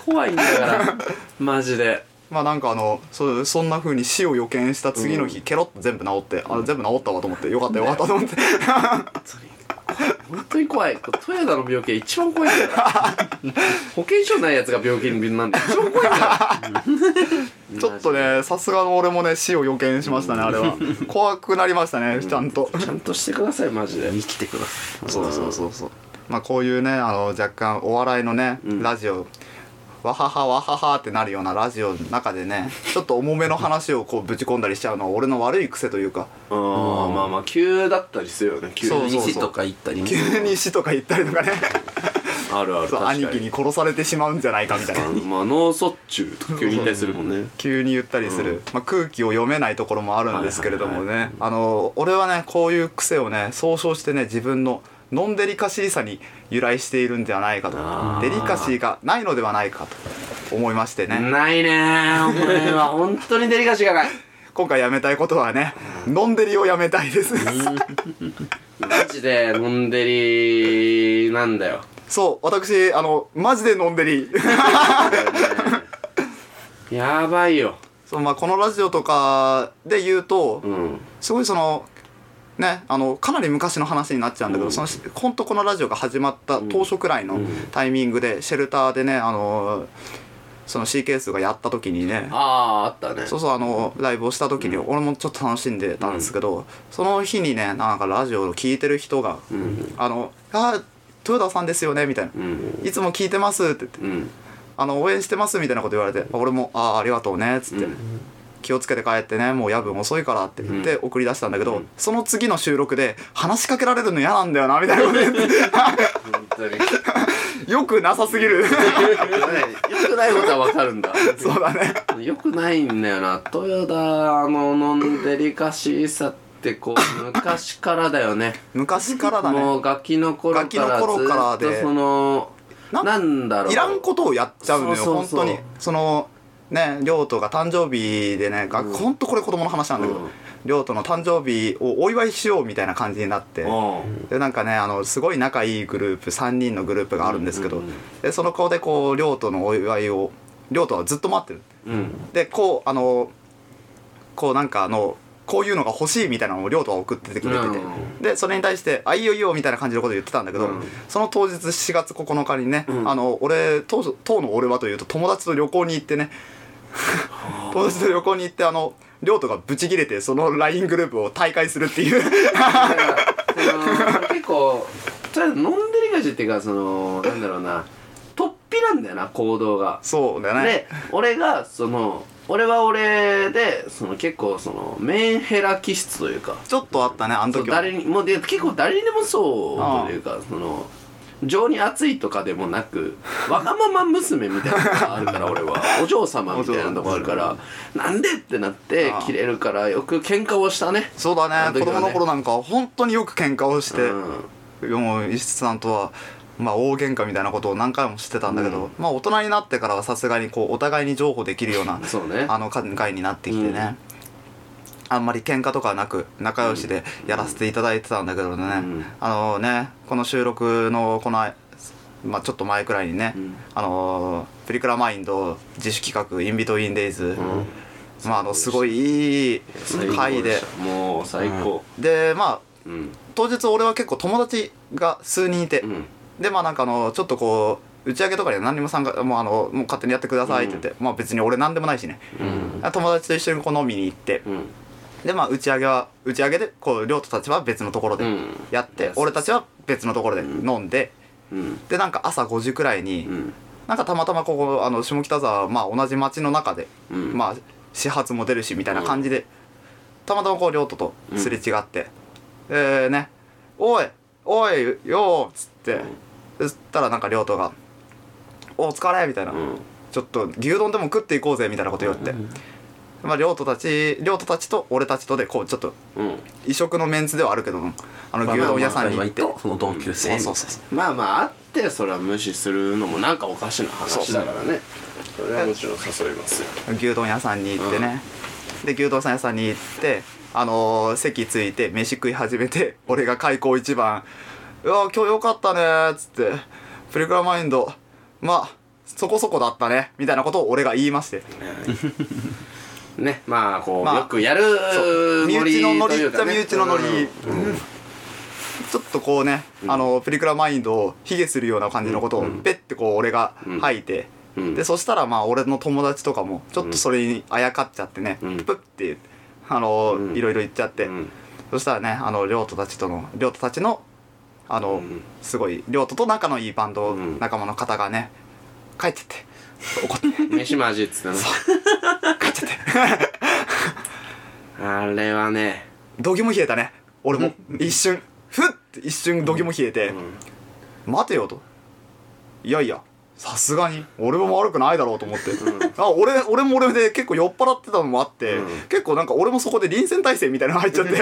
[SPEAKER 1] 怖いんだからマジで
[SPEAKER 2] まあなんかあのそそんな風に死を予見した次の日、ケロッと全部治ってあ全部治ったわと思ってよかったよかったと思って
[SPEAKER 1] 本当に怖いトヨタの病気が一番怖いんだから保険証ないやつが病気になんて一番怖いんだから
[SPEAKER 2] ちょっとねさすがの俺もね死を予見しましたねあれ は怖くなりましたねちゃんと
[SPEAKER 1] ちゃんとしてくださいマジで
[SPEAKER 3] 生きてください
[SPEAKER 2] そうそうそうそうまあこういうねあの若干お笑いのね、ラジオわははわははってなるようなラジオの中で ねちょっと重めの話をこうぶち込んだりしちゃうのは俺の悪い癖というか
[SPEAKER 1] あーまあまあ急だったりするよね急
[SPEAKER 2] そうそう
[SPEAKER 3] 西とか行ったりね
[SPEAKER 2] 急に死とか言ったりとかね
[SPEAKER 1] あるある
[SPEAKER 2] そ
[SPEAKER 1] 確
[SPEAKER 2] う
[SPEAKER 1] かに
[SPEAKER 2] 兄貴に殺されてしまうんじゃないかみたいな
[SPEAKER 1] まあ脳卒中とか急に引退するもんね
[SPEAKER 2] 急に言ったりする、まあ、空気を読めないところもあるんですけれどもね、あの俺はねこういう癖をね総称してね自分のノンデリカシーさに由来しているんではないかと
[SPEAKER 1] あー
[SPEAKER 2] デリカシーがないのではないかと思いましてね、
[SPEAKER 1] ないねーお前は本当にデリカシーがない
[SPEAKER 2] 今回やめたいことはね飲んでりをやめたいです
[SPEAKER 1] マジで飲んでりなんだよ、
[SPEAKER 2] そう私あのマジで飲んでり
[SPEAKER 1] ねやばいよ
[SPEAKER 2] そう、まあ、このラジオとかで言うと、
[SPEAKER 1] うん
[SPEAKER 2] すごいそのねあのかなり昔の話になっちゃうんだけど、
[SPEAKER 1] うん
[SPEAKER 2] そのほんとこのラジオが始まった当初くらいの
[SPEAKER 1] うん
[SPEAKER 2] タイミングで、シェルターでねあのその CK 数がやった時にね
[SPEAKER 1] あああったね
[SPEAKER 2] そうそうあのライブをした時に俺もちょっと楽しんでたんですけど、その日にねなんかラジオを聞いてる人が
[SPEAKER 1] うん
[SPEAKER 2] 「あのあ豊田さんですよね」みたいな
[SPEAKER 1] う
[SPEAKER 2] 「
[SPEAKER 1] ん
[SPEAKER 2] いつも聞いてます」って言って
[SPEAKER 1] うん
[SPEAKER 2] あの応援してますみたいなこと言われて俺も「ああありがとうね」っつって、
[SPEAKER 1] うん
[SPEAKER 2] 気をつけて帰ってねもう夜分遅いから」って言って送り出したんだけど、
[SPEAKER 1] うん
[SPEAKER 2] その次の収録で話しかけられるの嫌なんだよなみたいなこと言って
[SPEAKER 1] 本当に
[SPEAKER 2] よくなさすぎる
[SPEAKER 1] よくないことはわかるんだ
[SPEAKER 2] そうだね
[SPEAKER 1] よくないんだよな豊田の飲んでりかしさってこう昔からだよね
[SPEAKER 2] 昔からだ
[SPEAKER 1] も
[SPEAKER 2] ね
[SPEAKER 1] うガキの頃か
[SPEAKER 2] ガキの
[SPEAKER 1] ら
[SPEAKER 2] 頃から
[SPEAKER 1] ずっ
[SPEAKER 2] で
[SPEAKER 1] とその
[SPEAKER 2] な
[SPEAKER 1] なんだろう
[SPEAKER 2] いらんことをやっちゃうのよ
[SPEAKER 1] そうそうそう
[SPEAKER 2] 本当にそのね亮斗が誕生日でねが、
[SPEAKER 1] うん
[SPEAKER 2] ほんとこれ子供の話なんだけど、
[SPEAKER 1] うん
[SPEAKER 2] 亮斗の誕生日をお祝いしようみたいな感じになって、
[SPEAKER 1] うん
[SPEAKER 2] でなんかねあのすごい仲いいグループ3人のグループがあるんですけど、
[SPEAKER 1] うんうんうん
[SPEAKER 2] でその子でこう亮とのお祝いを亮とはずっと待ってる
[SPEAKER 1] うん
[SPEAKER 2] でこうあのこうなんかあのこういうのが欲しいみたいなのを亮とは送ってきてくれてて、
[SPEAKER 1] うん
[SPEAKER 2] でそれに対して「あいいよいいよ」みたいな感じのことを言ってたんだけど、
[SPEAKER 1] うん
[SPEAKER 2] その当日4月9日にね、
[SPEAKER 1] うん
[SPEAKER 2] あの俺当初当の俺はというと友達と旅行に行ってね友達と旅行に行ってあの亮とがブチギレてその LINE グループを退会するっていう
[SPEAKER 1] だからその結構とりあえず飲んでりがちっていうかそのなんだろうな突飛なんだよな行動が
[SPEAKER 2] そうだね
[SPEAKER 1] で俺がその俺は俺でその結構そのメンヘラ気質というか
[SPEAKER 2] ちょっとあったねあの
[SPEAKER 1] そう
[SPEAKER 2] 時は
[SPEAKER 1] 誰にもうで結構誰にでもそうというかその情に熱いとかでもな くわがまま娘みたいなのがあるから俺 はお嬢様みたいなのがあるからなんでってなって
[SPEAKER 2] ああ
[SPEAKER 1] 切れるからよく喧嘩をしたね
[SPEAKER 2] そうだ
[SPEAKER 1] あの
[SPEAKER 2] ね
[SPEAKER 1] 時
[SPEAKER 2] 子
[SPEAKER 1] はね
[SPEAKER 2] 供の頃なんか本当によく喧嘩をして、
[SPEAKER 1] うん
[SPEAKER 2] もう石津さんとはまあ大喧嘩みたいなことを何回もしてたんだけど、
[SPEAKER 1] うん
[SPEAKER 2] まあ大人になってからはさすがにこうお互いに譲歩できるような
[SPEAKER 1] そうね
[SPEAKER 2] あの会になってきてね、あんまり喧嘩とかはなく仲良しでやらせていただいてたんだけどね、
[SPEAKER 1] ん
[SPEAKER 2] あのねこの収録のこのあい、まあ、ちょっと前くらいにね、
[SPEAKER 1] うん
[SPEAKER 2] あのプリクラマインド自主企画「インビトインデイズ、まああのすごいいい
[SPEAKER 1] 最高
[SPEAKER 2] 会
[SPEAKER 1] で
[SPEAKER 2] で
[SPEAKER 1] したもう最高
[SPEAKER 2] でまあ
[SPEAKER 1] うん
[SPEAKER 2] 当日俺は結構友達が数人いて、
[SPEAKER 1] うん
[SPEAKER 2] でまあなんかあのちょっとこう打ち上げとかには何にも参加もうあのもう勝手にやってくださいって言って、まあ別に俺何でもないしね、
[SPEAKER 1] うん
[SPEAKER 2] 友達と一緒にこう飲みに行って、
[SPEAKER 1] うん
[SPEAKER 2] でまあ打ち上げは打ち上げでこう亮太たちは別のところ
[SPEAKER 1] う
[SPEAKER 2] で
[SPEAKER 1] ん
[SPEAKER 2] やって、
[SPEAKER 1] うん
[SPEAKER 2] 俺たちは別のところで飲んで、
[SPEAKER 1] うん
[SPEAKER 2] でなんか朝5時くらいに、
[SPEAKER 1] うん
[SPEAKER 2] なんかたまたまここあの下北沢まあ同じ街の中で、
[SPEAKER 1] うん
[SPEAKER 2] まあ始発も出るしみたいな感じで、たまたまこう亮太とすれ違って、えーね「おいおいよー」っつって、そしたらなんか亮太が「お疲れ」みたいな、
[SPEAKER 1] うん
[SPEAKER 2] ちょっと牛丼でも食っていこうぜ」みたいなこと言って、まあ亮太たち亮太たちと俺たちとでこうちょっと
[SPEAKER 1] うん
[SPEAKER 2] 異色のメンツではあるけどもあの牛丼屋さんに行って、
[SPEAKER 3] その同級生
[SPEAKER 2] そうそうそう
[SPEAKER 1] まあまああってそれは無視するのもなんかおかしな話だからねそれはもちろん誘いますよ
[SPEAKER 2] 牛丼屋さんに行ってね、で牛丼屋さんに行ってあのー席ついて飯食い始めて 俺が開口一番「うわ今日よかったね」っつって「プリクラマインドまあそこそこだったね」みたいなことを俺が言いまして
[SPEAKER 1] ねまあこう、
[SPEAKER 2] まあ
[SPEAKER 1] よくやる
[SPEAKER 2] そう身内のノリ
[SPEAKER 1] というかね
[SPEAKER 2] っちゃ身内のノリ
[SPEAKER 1] うんうん
[SPEAKER 2] ちょっとこうね、あのプリクラマインドを卑下するような感じのことをペッてこう俺が吐いて、
[SPEAKER 1] うん
[SPEAKER 2] でそしたらまあ俺の友達とかもちょっとそれにあやかっちゃってね、
[SPEAKER 1] うん
[SPEAKER 2] プッてあの、
[SPEAKER 1] うん
[SPEAKER 2] いろいろ言っちゃって、
[SPEAKER 1] うん
[SPEAKER 2] そしたらねあの亮太たちとの亮太たちのあの、
[SPEAKER 1] うん
[SPEAKER 2] すごい亮太と仲のいいバンド
[SPEAKER 1] うん
[SPEAKER 2] 仲間の方がね帰ってって怒って
[SPEAKER 1] 飯マジっつってね
[SPEAKER 2] 帰っちゃって
[SPEAKER 1] あれはね
[SPEAKER 2] 度肝冷えたね俺も一瞬ふっって一瞬度肝冷えて、
[SPEAKER 1] うん
[SPEAKER 2] 待てよといやいやさすがに俺も悪くないだろうと思って、あ俺俺も俺で結構酔っ払ってたのもあって、
[SPEAKER 1] うん
[SPEAKER 2] 結構なんか俺もそこで臨戦態勢みたいなの入っちゃって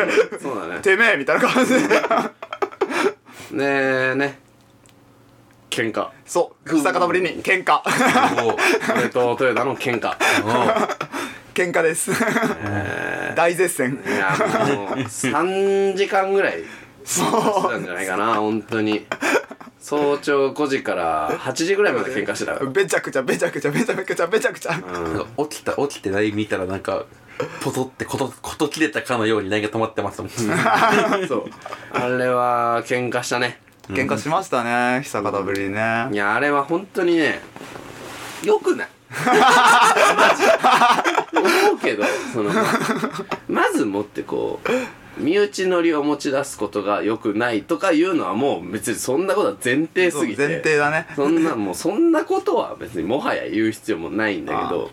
[SPEAKER 1] そうだね
[SPEAKER 2] てめえみたいな感じで
[SPEAKER 1] ねえね喧嘩
[SPEAKER 2] そう久方ぶりに喧嘩
[SPEAKER 3] おう
[SPEAKER 1] 俺とトヨタの喧嘩
[SPEAKER 3] おう
[SPEAKER 2] 喧嘩です
[SPEAKER 1] え
[SPEAKER 2] 大絶戦
[SPEAKER 1] いやもう3時間ぐらいしてたんじゃないかな本当に早朝5時から8時ぐらいまで喧嘩してたから
[SPEAKER 2] べちゃくちゃべちゃくちゃべちゃくちゃべちゃくちゃ
[SPEAKER 1] うん
[SPEAKER 3] 起きた起きてない見たらなんかポトってことこと切れたかのように何が止まってますもん
[SPEAKER 1] そうあれは喧嘩したね
[SPEAKER 2] 喧嘩しましたね久方ぶりに
[SPEAKER 1] い
[SPEAKER 2] ね
[SPEAKER 1] やあれは本当にねよくない マジ思うけどそのまずもってこう身内乗りを持ち出すことがよくないとかいうのはもう別にそんなことは前提
[SPEAKER 2] そ
[SPEAKER 1] す
[SPEAKER 2] う
[SPEAKER 1] ぎて
[SPEAKER 2] 前提だね
[SPEAKER 1] そんなもうそんなことは別にもはや言う必要もないんだけど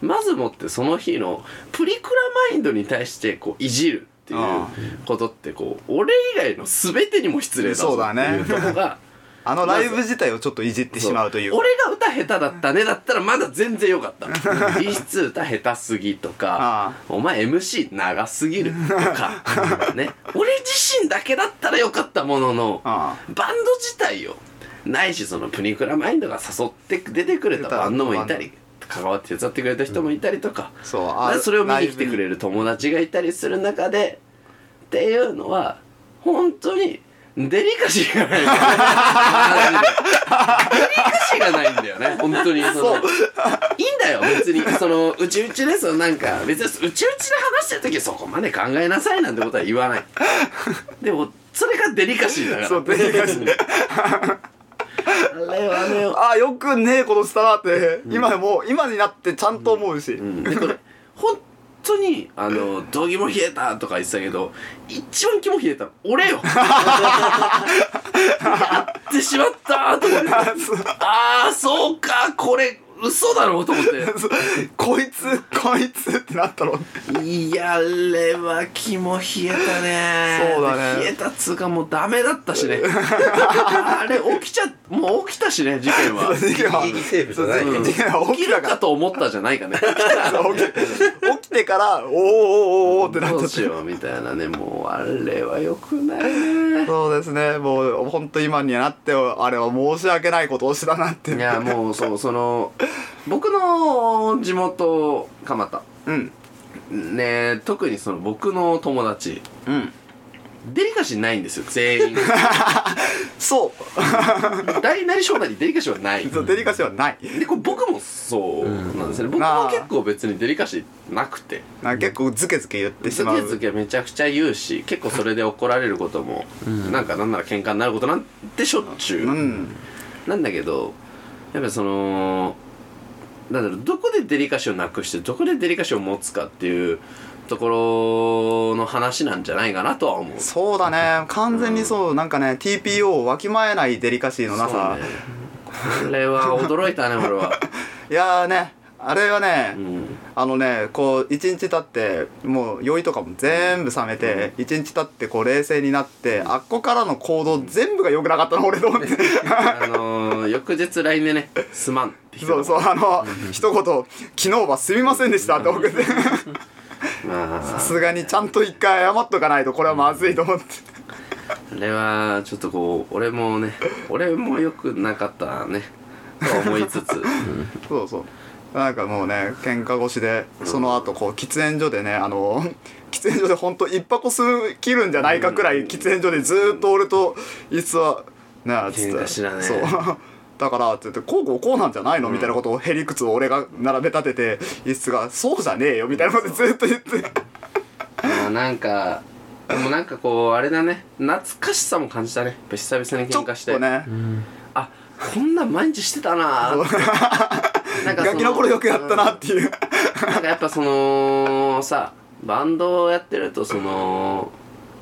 [SPEAKER 1] まずもってその日のプリクラマインドに対してこういじるっていう
[SPEAKER 2] あ
[SPEAKER 1] ことってこう俺以外の全てにも失礼だぞ
[SPEAKER 2] そう
[SPEAKER 1] っ
[SPEAKER 2] だ
[SPEAKER 1] て
[SPEAKER 2] ね
[SPEAKER 1] いうとこが。
[SPEAKER 2] あのライブ自体をちょっといじってしまうという
[SPEAKER 1] 俺が歌下手だったねだったらまだ全然良かった B2 歌下手すぎとか
[SPEAKER 2] あ
[SPEAKER 1] お前 MC 長すぎると かね俺自身だけだったら良かったものの
[SPEAKER 2] あ
[SPEAKER 1] バンド自体をないしそのプニクラマインドが誘って出てくれたバンドもいたり関わって手伝ってくれた人もいたりとか、
[SPEAKER 2] そう
[SPEAKER 1] まあそれを見に来てく
[SPEAKER 2] る
[SPEAKER 1] れる友達がいたりする中でっていうのは本当にデリカシーがないデリカシーがないんだよね本当にそのいいんだよ別にそのうちうちでそのなんか別にうちうちで話してる時はそこまで考えなさいなんてことは言わないでもそれがデリカシーだから
[SPEAKER 2] そうデリカシー
[SPEAKER 1] あれはね
[SPEAKER 2] ああよくねえことしたなって今もう今になってちゃんと思うし
[SPEAKER 1] でこれ本当にあの「道義も冷えた」とか言ってたけど一番気も冷えたの俺よやってしまったと思ってああそうかこれ嘘だろうと思って
[SPEAKER 2] そう こいつこいつってなったろ
[SPEAKER 1] いやあれは気も冷えたね
[SPEAKER 2] そうだね
[SPEAKER 1] 冷えたっつうかもうダメだったしねあれ起きちゃもう起きたしね事件は
[SPEAKER 2] 事件は
[SPEAKER 3] ギリギリセーフじゃない
[SPEAKER 2] そう事件は
[SPEAKER 1] 起
[SPEAKER 2] 起
[SPEAKER 1] き
[SPEAKER 2] き
[SPEAKER 1] る
[SPEAKER 2] たか
[SPEAKER 1] からと思ったじゃないかね
[SPEAKER 2] 起き起きてからおーおーおーおーってなっ
[SPEAKER 1] ど
[SPEAKER 2] ちゃ
[SPEAKER 1] う
[SPEAKER 2] って
[SPEAKER 1] しようみたいなねもうあれはよくないね
[SPEAKER 2] そうですねもう本当今になってあれは申し訳ないことをしたなって
[SPEAKER 1] いやもうそうその僕の地元蒲田
[SPEAKER 2] うん
[SPEAKER 1] ね特にその僕の友達
[SPEAKER 2] うん
[SPEAKER 1] デリカシーないんですよ全 員
[SPEAKER 2] そ
[SPEAKER 1] 大なり小なりデリカシーはないう
[SPEAKER 2] そうデリカシーはない
[SPEAKER 1] でこれ僕もそうなんですね、僕
[SPEAKER 2] あ
[SPEAKER 1] も
[SPEAKER 2] あ
[SPEAKER 1] 結構別にデリカシーなくて
[SPEAKER 2] なんか結構ズケズケ言ってし
[SPEAKER 1] ず
[SPEAKER 2] まう
[SPEAKER 1] けずけめちゃくちゃ言うし結構それで怒られること も、なんかなんなら喧嘩になることなんてしょっちゅう、
[SPEAKER 2] うん
[SPEAKER 1] なんだけどやっぱりそのなんだろうどこでデリカシーをなくしてどこでデリカシーを持つかっていうところの話なんじゃないかなとは思う。
[SPEAKER 2] そうだね完全にそうなんかね TPO をわきまえないデリカシーのな
[SPEAKER 1] そ
[SPEAKER 2] さ、
[SPEAKER 1] うねこれは驚いたね俺 は。
[SPEAKER 2] いやーねあれはね、
[SPEAKER 1] うん
[SPEAKER 2] あのねこう一日経ってもう酔いとかも全部冷めて一、日経ってこう冷静になって、あっこからの行動全部が良くなかったの俺の
[SPEAKER 1] あのー、翌日 LINE でね「すまん」って来て
[SPEAKER 2] そうそうあの一言「昨日はすみませんでした」って送って
[SPEAKER 1] まあ
[SPEAKER 2] さすがにちゃんと一回謝っとかないとこれはまずいと思って
[SPEAKER 1] あれはちょっとこう俺もね俺もよくなかったねと思いつ つ、
[SPEAKER 2] そうそうなんかもうね喧嘩腰でその後こう喫煙所でねあの 喫煙所でほんと一箱吸う切るんじゃないかくらい喫煙所でずーっと俺と椅子はねえつって
[SPEAKER 1] 喧嘩したね
[SPEAKER 2] そう だからって言ってこうこうこうなんじゃないのみたいなことをへりくつを俺が並べ立てて椅子が「そうじゃねえよ」みたいなことずーっと言って
[SPEAKER 1] まあなんかでもなんかこうあれだね懐かしさも感じたねやっぱ久々に
[SPEAKER 2] ちょ
[SPEAKER 1] 喧
[SPEAKER 2] っ
[SPEAKER 1] 嘩して
[SPEAKER 2] とね
[SPEAKER 1] あこんなん毎日してたなー ってなん
[SPEAKER 2] ガキの頃よくやったなっていう
[SPEAKER 1] うんなんかやっぱそのさバンドをやってるとその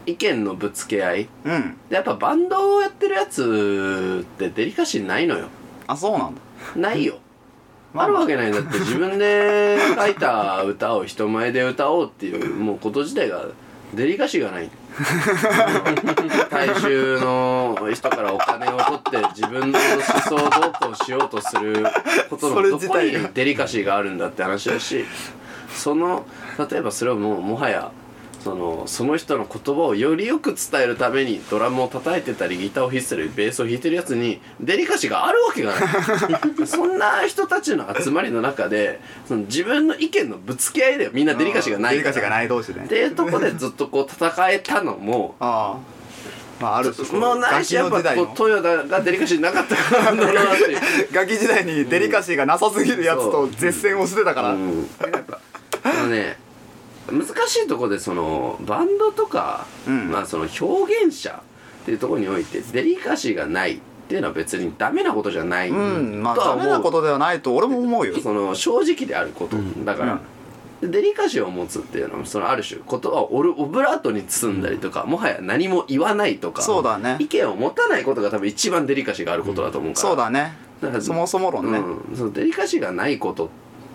[SPEAKER 1] 意見のぶつけ合い
[SPEAKER 2] うん
[SPEAKER 1] でやっぱバンドをやってるやつってデリカシーないのよ
[SPEAKER 2] あそうなんだ
[SPEAKER 1] ないよ
[SPEAKER 2] まあ
[SPEAKER 1] あるわけないんだって自分で書いた歌を人前で歌おうっていうもうこと自体がデリカシーが ない大衆の人からお金を取って自分の思想をどうこうしようとすること
[SPEAKER 2] そ
[SPEAKER 1] の
[SPEAKER 2] れ
[SPEAKER 1] ど
[SPEAKER 2] 自
[SPEAKER 1] こに
[SPEAKER 2] 体が
[SPEAKER 1] デリカシーがあるんだって話だしその例えばそれをもうもはやそのその人の言葉をよりよく伝えるためにドラムを叩いてたりギターを弾いてたりベースを弾いてるやつにデリカシーがあるわけが ないそんな人たちの集まりの中でその自分の意見のぶつけ合いでみんなデリカシーがない
[SPEAKER 2] デリカシーが
[SPEAKER 1] い
[SPEAKER 2] ない同士で
[SPEAKER 1] っ
[SPEAKER 2] ね
[SPEAKER 1] ていうところでずっとこう戦えたのも
[SPEAKER 2] ああまあある種
[SPEAKER 1] もうないしやっぱこう
[SPEAKER 2] の
[SPEAKER 1] 豊田がデリカシーなかったからなんだろうなっていう。
[SPEAKER 2] ガキ時代にデリカシーがなさすぎるやつと絶戦をしてたから、
[SPEAKER 1] うん、やっぱあのね難しいところでそのバンドとか、
[SPEAKER 2] うん
[SPEAKER 1] まあ、その表現者っていうところにおいてデリカシーがないっていうのは別にダメなことじゃない、
[SPEAKER 2] うん、まあ
[SPEAKER 1] とは
[SPEAKER 2] ダ
[SPEAKER 1] 思う
[SPEAKER 2] メなことではないと俺も思うよ。
[SPEAKER 1] その正直であること、だから、デリカシーを持つっていうのはそのある種言葉をオルオブラートに包んだりとか、もはや何も言わないとか
[SPEAKER 2] そうだね
[SPEAKER 1] 意見を持たないことが多分一番デリカシーがあることだと思うから、
[SPEAKER 2] そうだね。
[SPEAKER 1] だから
[SPEAKER 2] そもそも論ね。
[SPEAKER 1] うん、そのデリカシーがないことっ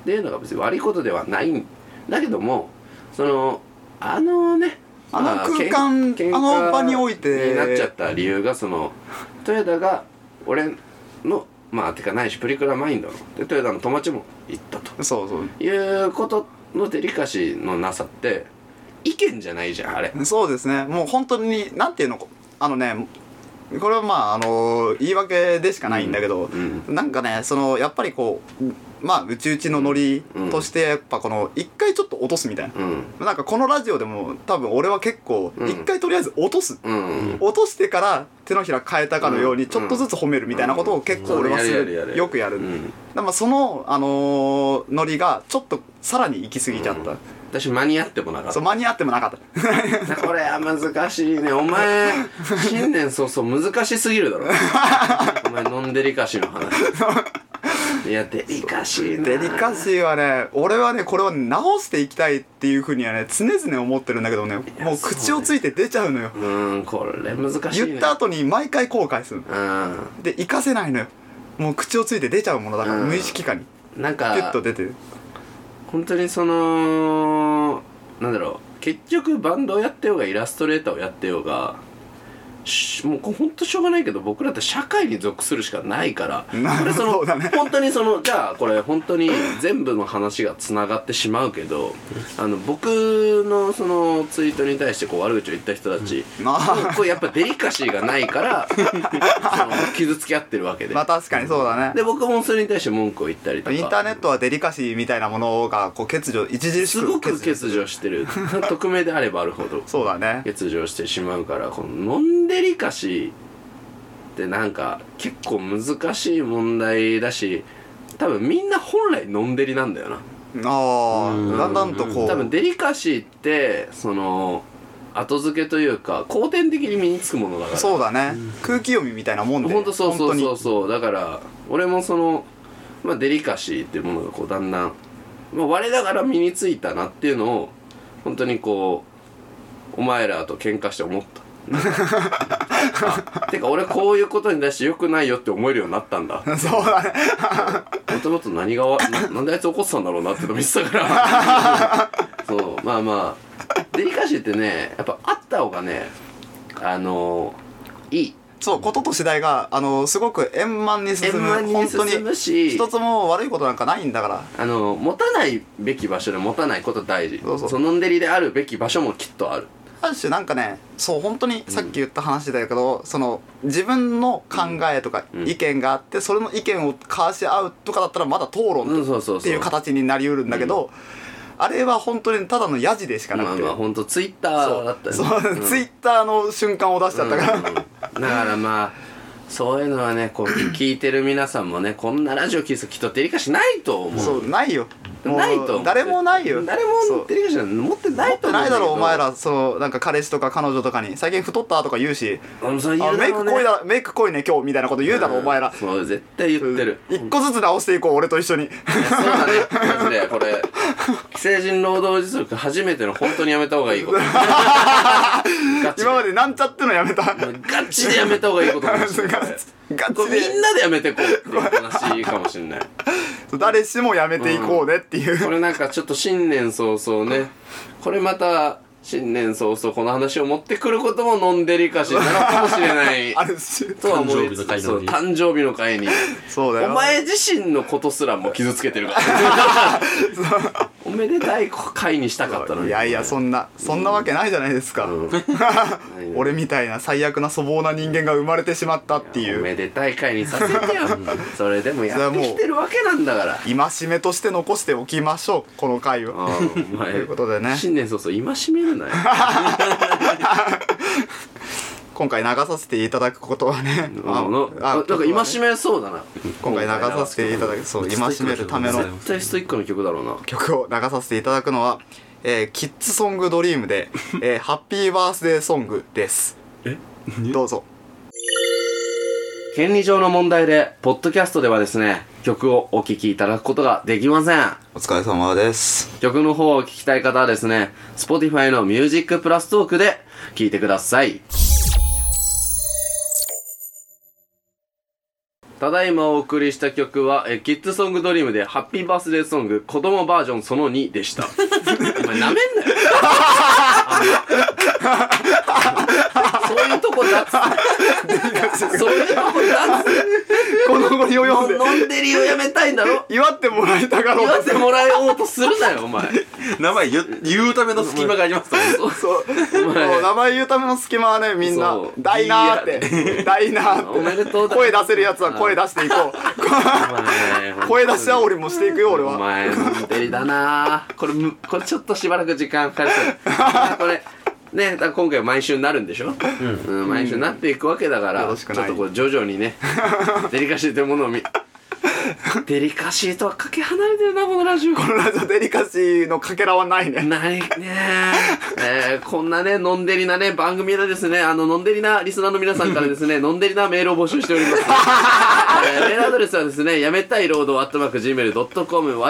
[SPEAKER 1] ていうのが別に悪いことではないんだけどもそのあのね
[SPEAKER 2] あの
[SPEAKER 1] ま
[SPEAKER 2] 空間
[SPEAKER 1] けん
[SPEAKER 2] あの場におい
[SPEAKER 1] 喧
[SPEAKER 2] て
[SPEAKER 1] 嘩になっちゃった理由がその豊田が俺のまあてかないしプリクラマインドので豊田の友達も行ったと
[SPEAKER 2] そうそ
[SPEAKER 1] いうことのデリカシーのなさって意見じゃないじゃんあれ
[SPEAKER 2] う。そうですね。もう本当になんていうのあのね。これはまああの言い訳でしかないんだけど、
[SPEAKER 1] うん
[SPEAKER 2] なんかねそのやっぱりこうまあうちうちのノリとしてやっぱこの一回ちょっと落とすみたいな、
[SPEAKER 1] うん
[SPEAKER 2] なんかこのラジオでも多分俺は結構
[SPEAKER 1] うん
[SPEAKER 2] 一回とりあえず落とす、
[SPEAKER 1] うん
[SPEAKER 2] 落としてから手のひら変えたかのようにちょっとずつ褒めるみたいなことを結構俺はす
[SPEAKER 1] うんうんやるやるや
[SPEAKER 2] る
[SPEAKER 1] る
[SPEAKER 2] よくや
[SPEAKER 1] う
[SPEAKER 2] る、
[SPEAKER 1] ん
[SPEAKER 2] だからその、あのーノリがちょっとさらに行き過ぎちゃった、
[SPEAKER 1] 私間に合ってもなかった
[SPEAKER 2] そう間に合ってもなかった
[SPEAKER 1] これは難しいねお前新年早々難しすぎるだろお前ノンデリカシーの話いやデリカシーな
[SPEAKER 2] デリカシーはね俺はねこれを直していきたいっていうふうにはね常々思ってるんだけどねもう口をついて出ちゃうのよ
[SPEAKER 1] うーんこれ難しいね
[SPEAKER 2] 言った後に毎回後悔するの
[SPEAKER 1] う
[SPEAKER 2] で行かせないのよもう口をついて出ちゃうものだから、
[SPEAKER 1] うん
[SPEAKER 2] 無意識化に
[SPEAKER 1] んなん
[SPEAKER 2] ピュッ
[SPEAKER 1] か
[SPEAKER 2] と出てる
[SPEAKER 1] 本当にそのなんだろう結局バンドをやってようがイラストレーターをやってようがしもうこれ本当しょうがないけど僕らって社会に属するしかないからこれその
[SPEAKER 2] そうだね
[SPEAKER 1] 本当にそのじゃあこれ本当に全部の話がつながってしまうけどあの僕のそのツイートに対してこう悪口を言った人たち、
[SPEAKER 2] まあ
[SPEAKER 1] こうやっぱデリカシーがないからその傷つき合ってるわけで。
[SPEAKER 2] まあ確かにそうだね
[SPEAKER 1] で僕もそれに対して文句を言ったりとか
[SPEAKER 2] インターネットはデリカシーみたいなものがこう欠如著し
[SPEAKER 1] す
[SPEAKER 2] く
[SPEAKER 1] ごく欠如してる匿名であればあるほど
[SPEAKER 2] そうだね
[SPEAKER 1] 欠如してしまうからこのノンデリカシーってなんか結構難しい問題だし多分みんな本来ノンデリなんだよな
[SPEAKER 2] あ
[SPEAKER 3] うん
[SPEAKER 2] あだんだんとこう
[SPEAKER 1] 多分デリカシーってその後付けというか後天的に身につくものだから
[SPEAKER 2] そうだね、空気読みみたいなもんで
[SPEAKER 1] 本当そうそうそう
[SPEAKER 2] 本
[SPEAKER 1] そうだから俺もその、まあ、デリカシーっていうものがこうだんだん、まあ、我ながら身についたなっていうのを本当にこうお前らと喧嘩して思 った。なんかあてか俺こういうことに対して良くないよって思えるようになったんだ
[SPEAKER 2] 当に そうだね
[SPEAKER 1] もともと何が わななんであいつ怒ってたんだろうなっての見てたから そうまあまあデリカシーってねやっぱあった方がねあのいい
[SPEAKER 2] そうことと次第があのすごく円満に進
[SPEAKER 1] 円
[SPEAKER 2] む
[SPEAKER 1] 満に
[SPEAKER 2] 本当
[SPEAKER 1] 進む
[SPEAKER 2] に
[SPEAKER 1] し
[SPEAKER 2] 一つも悪いことなんかないんだから
[SPEAKER 1] あの持たないべき場所で持たないこと大事
[SPEAKER 2] そうそう
[SPEAKER 1] のんでりであるべき場所もきっとある
[SPEAKER 2] ある種なんかねそう本当にさっき言った話だけど、その自分の考えとか
[SPEAKER 1] うん
[SPEAKER 2] 意見があって、それの意見を交わし合うとかだったらまだ討論
[SPEAKER 1] うんそうそうそう
[SPEAKER 2] っていう形になりうるんだけど、あれは本当にただのヤジでしかな
[SPEAKER 1] まあ
[SPEAKER 2] くて、
[SPEAKER 1] まあほんとツイッタ
[SPEAKER 2] そ
[SPEAKER 1] ー
[SPEAKER 2] う
[SPEAKER 1] だったよ
[SPEAKER 2] そ
[SPEAKER 1] ね
[SPEAKER 2] う、ツイッターの瞬間を出しちゃったから、
[SPEAKER 1] うんうんだからまあそういうのはねこう聞いてる皆さんもねこんなラジオ聞いてる人デリカシーないと思う
[SPEAKER 2] そうないよもう
[SPEAKER 1] ないと思う
[SPEAKER 2] 誰もないよ
[SPEAKER 1] 誰
[SPEAKER 2] そう
[SPEAKER 1] もデリカシーなんて持ってないと思うんけど
[SPEAKER 2] ないだろお前らそうなんか彼氏とか彼女とかに最近太ったとか言うし
[SPEAKER 1] うんそう言
[SPEAKER 2] あ
[SPEAKER 1] うだ
[SPEAKER 2] メイ
[SPEAKER 1] ろう
[SPEAKER 2] ク
[SPEAKER 1] ね
[SPEAKER 2] 濃いだメイク濃いね今日みたいなこと言うだろお前ら
[SPEAKER 1] そう絶対言ってる
[SPEAKER 2] 一個ずつ直していこう俺と一緒に
[SPEAKER 1] そうだねマジでこ れ成人労働実力初めての本当にやめた方がいい ことガチで
[SPEAKER 2] 今までなんちゃってのやめた
[SPEAKER 1] ガチでやめた方がいいことかもしれない
[SPEAKER 2] ガチガ
[SPEAKER 1] こ
[SPEAKER 2] チで
[SPEAKER 1] れみんなでやめてこうっていう話かもしれない
[SPEAKER 2] 誰しもやめていこうねっていう、
[SPEAKER 1] これなんかちょっと新年早々ねこれまた新年早々この話を持ってくることもノンデリカシーなのかもしれない
[SPEAKER 2] ある種
[SPEAKER 1] とは思い
[SPEAKER 3] 誕生日の会
[SPEAKER 1] そ
[SPEAKER 3] なの
[SPEAKER 1] う
[SPEAKER 3] に
[SPEAKER 1] 誕生日の 会に
[SPEAKER 2] そうだよ
[SPEAKER 1] お前自身のことすらも傷つけてるから おめでたい回にしたかったのに
[SPEAKER 2] いやいやそんなそんなわけないじゃないですか、
[SPEAKER 1] うん
[SPEAKER 2] 俺みたいな最悪な粗暴な人間が生まれてしまったってい
[SPEAKER 1] おめ
[SPEAKER 2] う
[SPEAKER 1] でたい会にさせてよそれでもやってきてるわけなんだから
[SPEAKER 2] 戒めとして残しておきましょうこの回を
[SPEAKER 1] あーお前
[SPEAKER 2] ということでね
[SPEAKER 1] 新年早々戒める なよ
[SPEAKER 2] 今回流させていただくことはね
[SPEAKER 1] あのあなんか
[SPEAKER 2] ことはね
[SPEAKER 1] 戒めそうだな
[SPEAKER 2] 今回流させていただくそう戒めるための
[SPEAKER 1] 絶対ストイックの曲だろうな
[SPEAKER 2] 曲を流させていただくのは、えーキッズソングドリームで、えーハッピーバースデーソングです
[SPEAKER 1] え
[SPEAKER 2] どうぞ
[SPEAKER 1] 権利上の問題でポッドキャストではですね曲をお聴きいただくことができません
[SPEAKER 2] お疲れ様です
[SPEAKER 1] 曲の方を聞きたい方はですね Spotify の「ミュージックプラストークで聴いてくださいただいまお送りした曲は、えキッズソングドリームでハッピーバースデーソング子供バージョンその2でした。 お前舐めんなよあの そういうとこだっつ ってそういうとこだっつって
[SPEAKER 2] この後を読んで
[SPEAKER 1] 飲んでりをやめたいんだろ
[SPEAKER 2] 祝ってもらえたか
[SPEAKER 1] 言
[SPEAKER 2] ろ
[SPEAKER 1] わ
[SPEAKER 2] う
[SPEAKER 1] せてもらおうとするなよ、お 前。
[SPEAKER 3] 名前言う言うための隙間がありますからね
[SPEAKER 2] そうそう名前言うための隙間はねみんな
[SPEAKER 1] そう
[SPEAKER 2] 「だいな」ーって「だいな」
[SPEAKER 1] おめで
[SPEAKER 2] ー
[SPEAKER 1] とう
[SPEAKER 2] って
[SPEAKER 1] だ
[SPEAKER 2] 声出せるやつは声出していこう声出し煽りもしていくよ俺
[SPEAKER 1] お
[SPEAKER 2] は
[SPEAKER 1] 前のんびりだなこれむこれちょっとしばらく時間かかりそうあこれねだから今回毎週になるんでしょ、うん毎週になっていくわけだから、
[SPEAKER 2] よろし
[SPEAKER 1] ちょ
[SPEAKER 2] く
[SPEAKER 1] っ
[SPEAKER 2] ない
[SPEAKER 1] とこう徐々にねデリカシーというものを見デリカシーとはかけ離れてるなこのラジオ
[SPEAKER 2] このラジオデリカシーのかけらはないね
[SPEAKER 1] ないねえーこんなね、のんでりなね、番組でですね、あの、のんでりなリスナーの皆さんからですね、のんでりなメールを募集しております。えーメールアドレスはですね、やめたい労働アットマーク Gmail.com、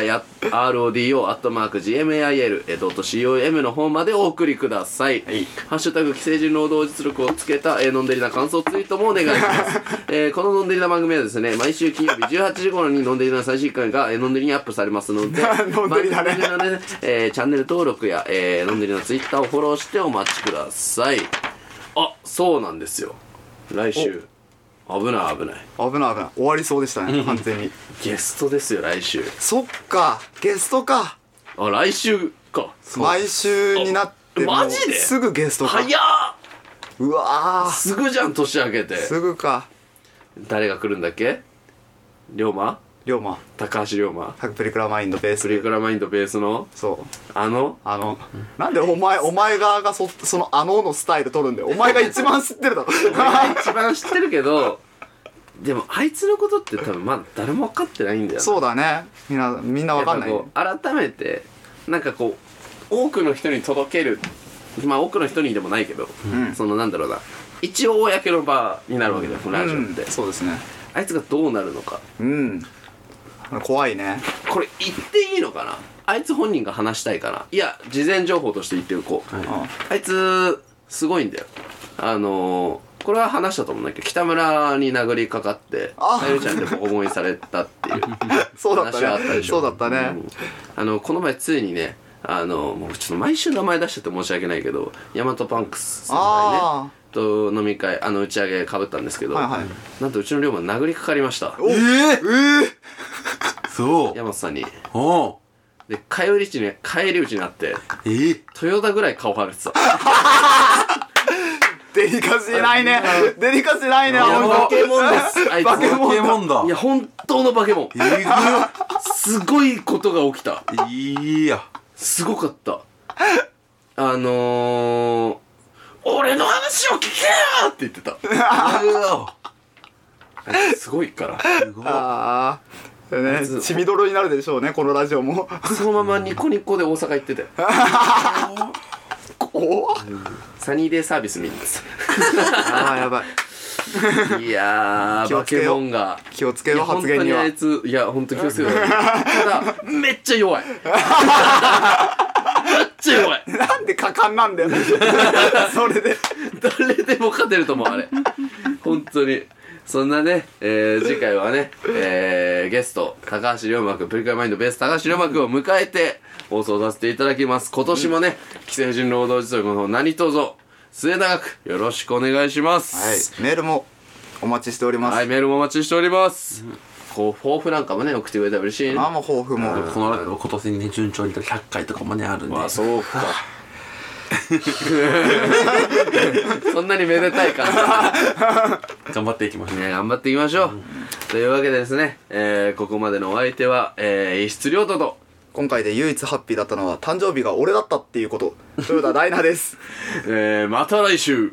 [SPEAKER 1] yametai.rodo アットマーク gmail.com の方までお送りください。
[SPEAKER 2] い
[SPEAKER 1] ハッシュタグ、既成人労働実力をつけた、えー、のんでりな感想ツイートもお願いし ます。えーこののんでりな番組はですね、毎週金曜日18時頃にのんでりな最新回が、えーのんでりにアップされますので、
[SPEAKER 2] のんでりだね
[SPEAKER 1] 番組のね、えーチャンネル登録や、えー、のんでりのツイッターをフォローしてお待ちくださいあそうなんですよ来週危ない危ない
[SPEAKER 2] 危ない危ない終わりそうでしたね完全に
[SPEAKER 1] ゲストですよ来週
[SPEAKER 2] そっかゲストか
[SPEAKER 1] あ来週か
[SPEAKER 2] 毎週になって
[SPEAKER 1] あ
[SPEAKER 2] も
[SPEAKER 1] マ
[SPEAKER 2] う
[SPEAKER 1] ジです
[SPEAKER 2] ぐゲストか
[SPEAKER 1] 早っ
[SPEAKER 2] うわー
[SPEAKER 1] すぐじゃん年明けて
[SPEAKER 2] すぐか
[SPEAKER 1] 誰が来るんだっけ龍馬
[SPEAKER 2] 龍馬
[SPEAKER 1] 高橋龍馬
[SPEAKER 2] ハクプリクラマインドベー
[SPEAKER 1] プ
[SPEAKER 2] ス
[SPEAKER 1] リクラマインドベースの
[SPEAKER 2] そう
[SPEAKER 1] あの
[SPEAKER 2] あのなんでお前お前側がそそのあののスタイル取るんだよお前が一番知っ てるだろ
[SPEAKER 1] 一番知ってるけどでもあいつのことって多分まだ誰も分かってないんだよな
[SPEAKER 2] そうだねみんなみんなわかんない
[SPEAKER 1] やっぱこう改めてなんかこう多くの人に届けるまあ多くの人にでもないけど、
[SPEAKER 2] ん
[SPEAKER 1] そのなんだろうな一応公の場になるわけだよ、このラジオって、
[SPEAKER 2] うんそうですね
[SPEAKER 1] あいつがどうなるのか
[SPEAKER 2] うん怖いね
[SPEAKER 1] これ言っていいのかなあいつ本人が話したいかないや事前情報として言っておこう、
[SPEAKER 3] はい
[SPEAKER 1] あいつすごいんだよあのー、これは話したと思うんだけど北村に殴りかかって
[SPEAKER 2] あ
[SPEAKER 1] さゆりちゃんでボコボコにされたって いう
[SPEAKER 2] そうだった
[SPEAKER 1] 話はあった
[SPEAKER 2] ね
[SPEAKER 1] でしょ
[SPEAKER 2] そうだったね
[SPEAKER 1] うんあのこの前ついにねあのもうちょっと毎週名前出してて申し訳ないけどヤマトパンクス先輩ね
[SPEAKER 2] あ
[SPEAKER 1] と飲み会あの打ち上げかぶったんですけど、
[SPEAKER 2] はいはい
[SPEAKER 1] なんとうちの龍馬殴りかかりました
[SPEAKER 2] あええええ
[SPEAKER 3] そう
[SPEAKER 1] 山本さんに
[SPEAKER 3] おう
[SPEAKER 1] で帰り道に帰り討ちになって
[SPEAKER 3] えー
[SPEAKER 1] 豊田ぐらい顔腫れてた
[SPEAKER 2] デリカシーな いねデリカシーないね
[SPEAKER 1] いや
[SPEAKER 2] あの
[SPEAKER 1] 化け物ですあいつ
[SPEAKER 2] 化け物
[SPEAKER 3] ポケモンだ
[SPEAKER 1] いや本当の化け物
[SPEAKER 3] え
[SPEAKER 1] すごいことが起きた
[SPEAKER 3] ぐいや
[SPEAKER 1] すごかったあのー、俺の話を聞けよって言ってた
[SPEAKER 3] うわ
[SPEAKER 1] すごいから
[SPEAKER 3] すご い
[SPEAKER 2] ああね
[SPEAKER 1] つ
[SPEAKER 2] 血みどろになるでしょうねこのラジオも
[SPEAKER 1] そのままニコニコで大阪行ってたよ
[SPEAKER 2] お
[SPEAKER 1] サニーデイサービス見に行っ
[SPEAKER 2] ああやばい
[SPEAKER 1] てたいやー
[SPEAKER 2] 気
[SPEAKER 1] バ
[SPEAKER 2] をつけ
[SPEAKER 1] ケ
[SPEAKER 2] よ
[SPEAKER 1] モ
[SPEAKER 2] う
[SPEAKER 1] ンが
[SPEAKER 2] 気をつ
[SPEAKER 1] い
[SPEAKER 2] け
[SPEAKER 1] や
[SPEAKER 2] よう
[SPEAKER 1] 本
[SPEAKER 2] 発
[SPEAKER 1] 当
[SPEAKER 2] 言に
[SPEAKER 1] にあ
[SPEAKER 2] はい
[SPEAKER 1] ついや本当気をつけてくださいただめっちゃ 弱いめっちゃ弱い
[SPEAKER 2] なんで果敢な んだよそれで
[SPEAKER 1] 誰でも勝てると思うあれ本当にそんなね、えー次回はね、えーゲスト高橋龍馬くんプリクラマインドベース高橋龍馬くんを迎えて放送させていただきます今年もね既成人労働実力の方何卒末永くよろしくお願いします、
[SPEAKER 2] はいメールもお待ちしております
[SPEAKER 1] はい、メールもお待ちしております。こう豊富なんかもね送ってくれたら嬉しいね
[SPEAKER 2] あもう抱負も
[SPEAKER 3] この中でも今年ね順調に100回とかもねあるんで
[SPEAKER 1] まあそうか そんなにめでたい感じ
[SPEAKER 3] 頑張っていきましょう
[SPEAKER 1] ね、頑張っていきましょう、というわけでですね、えーここまでのお相手は、えー、演出亮太と
[SPEAKER 2] 今回で唯一ハッピーだったのは誕生日が俺だったっていうこと豊田ダイナです
[SPEAKER 1] えーまた来週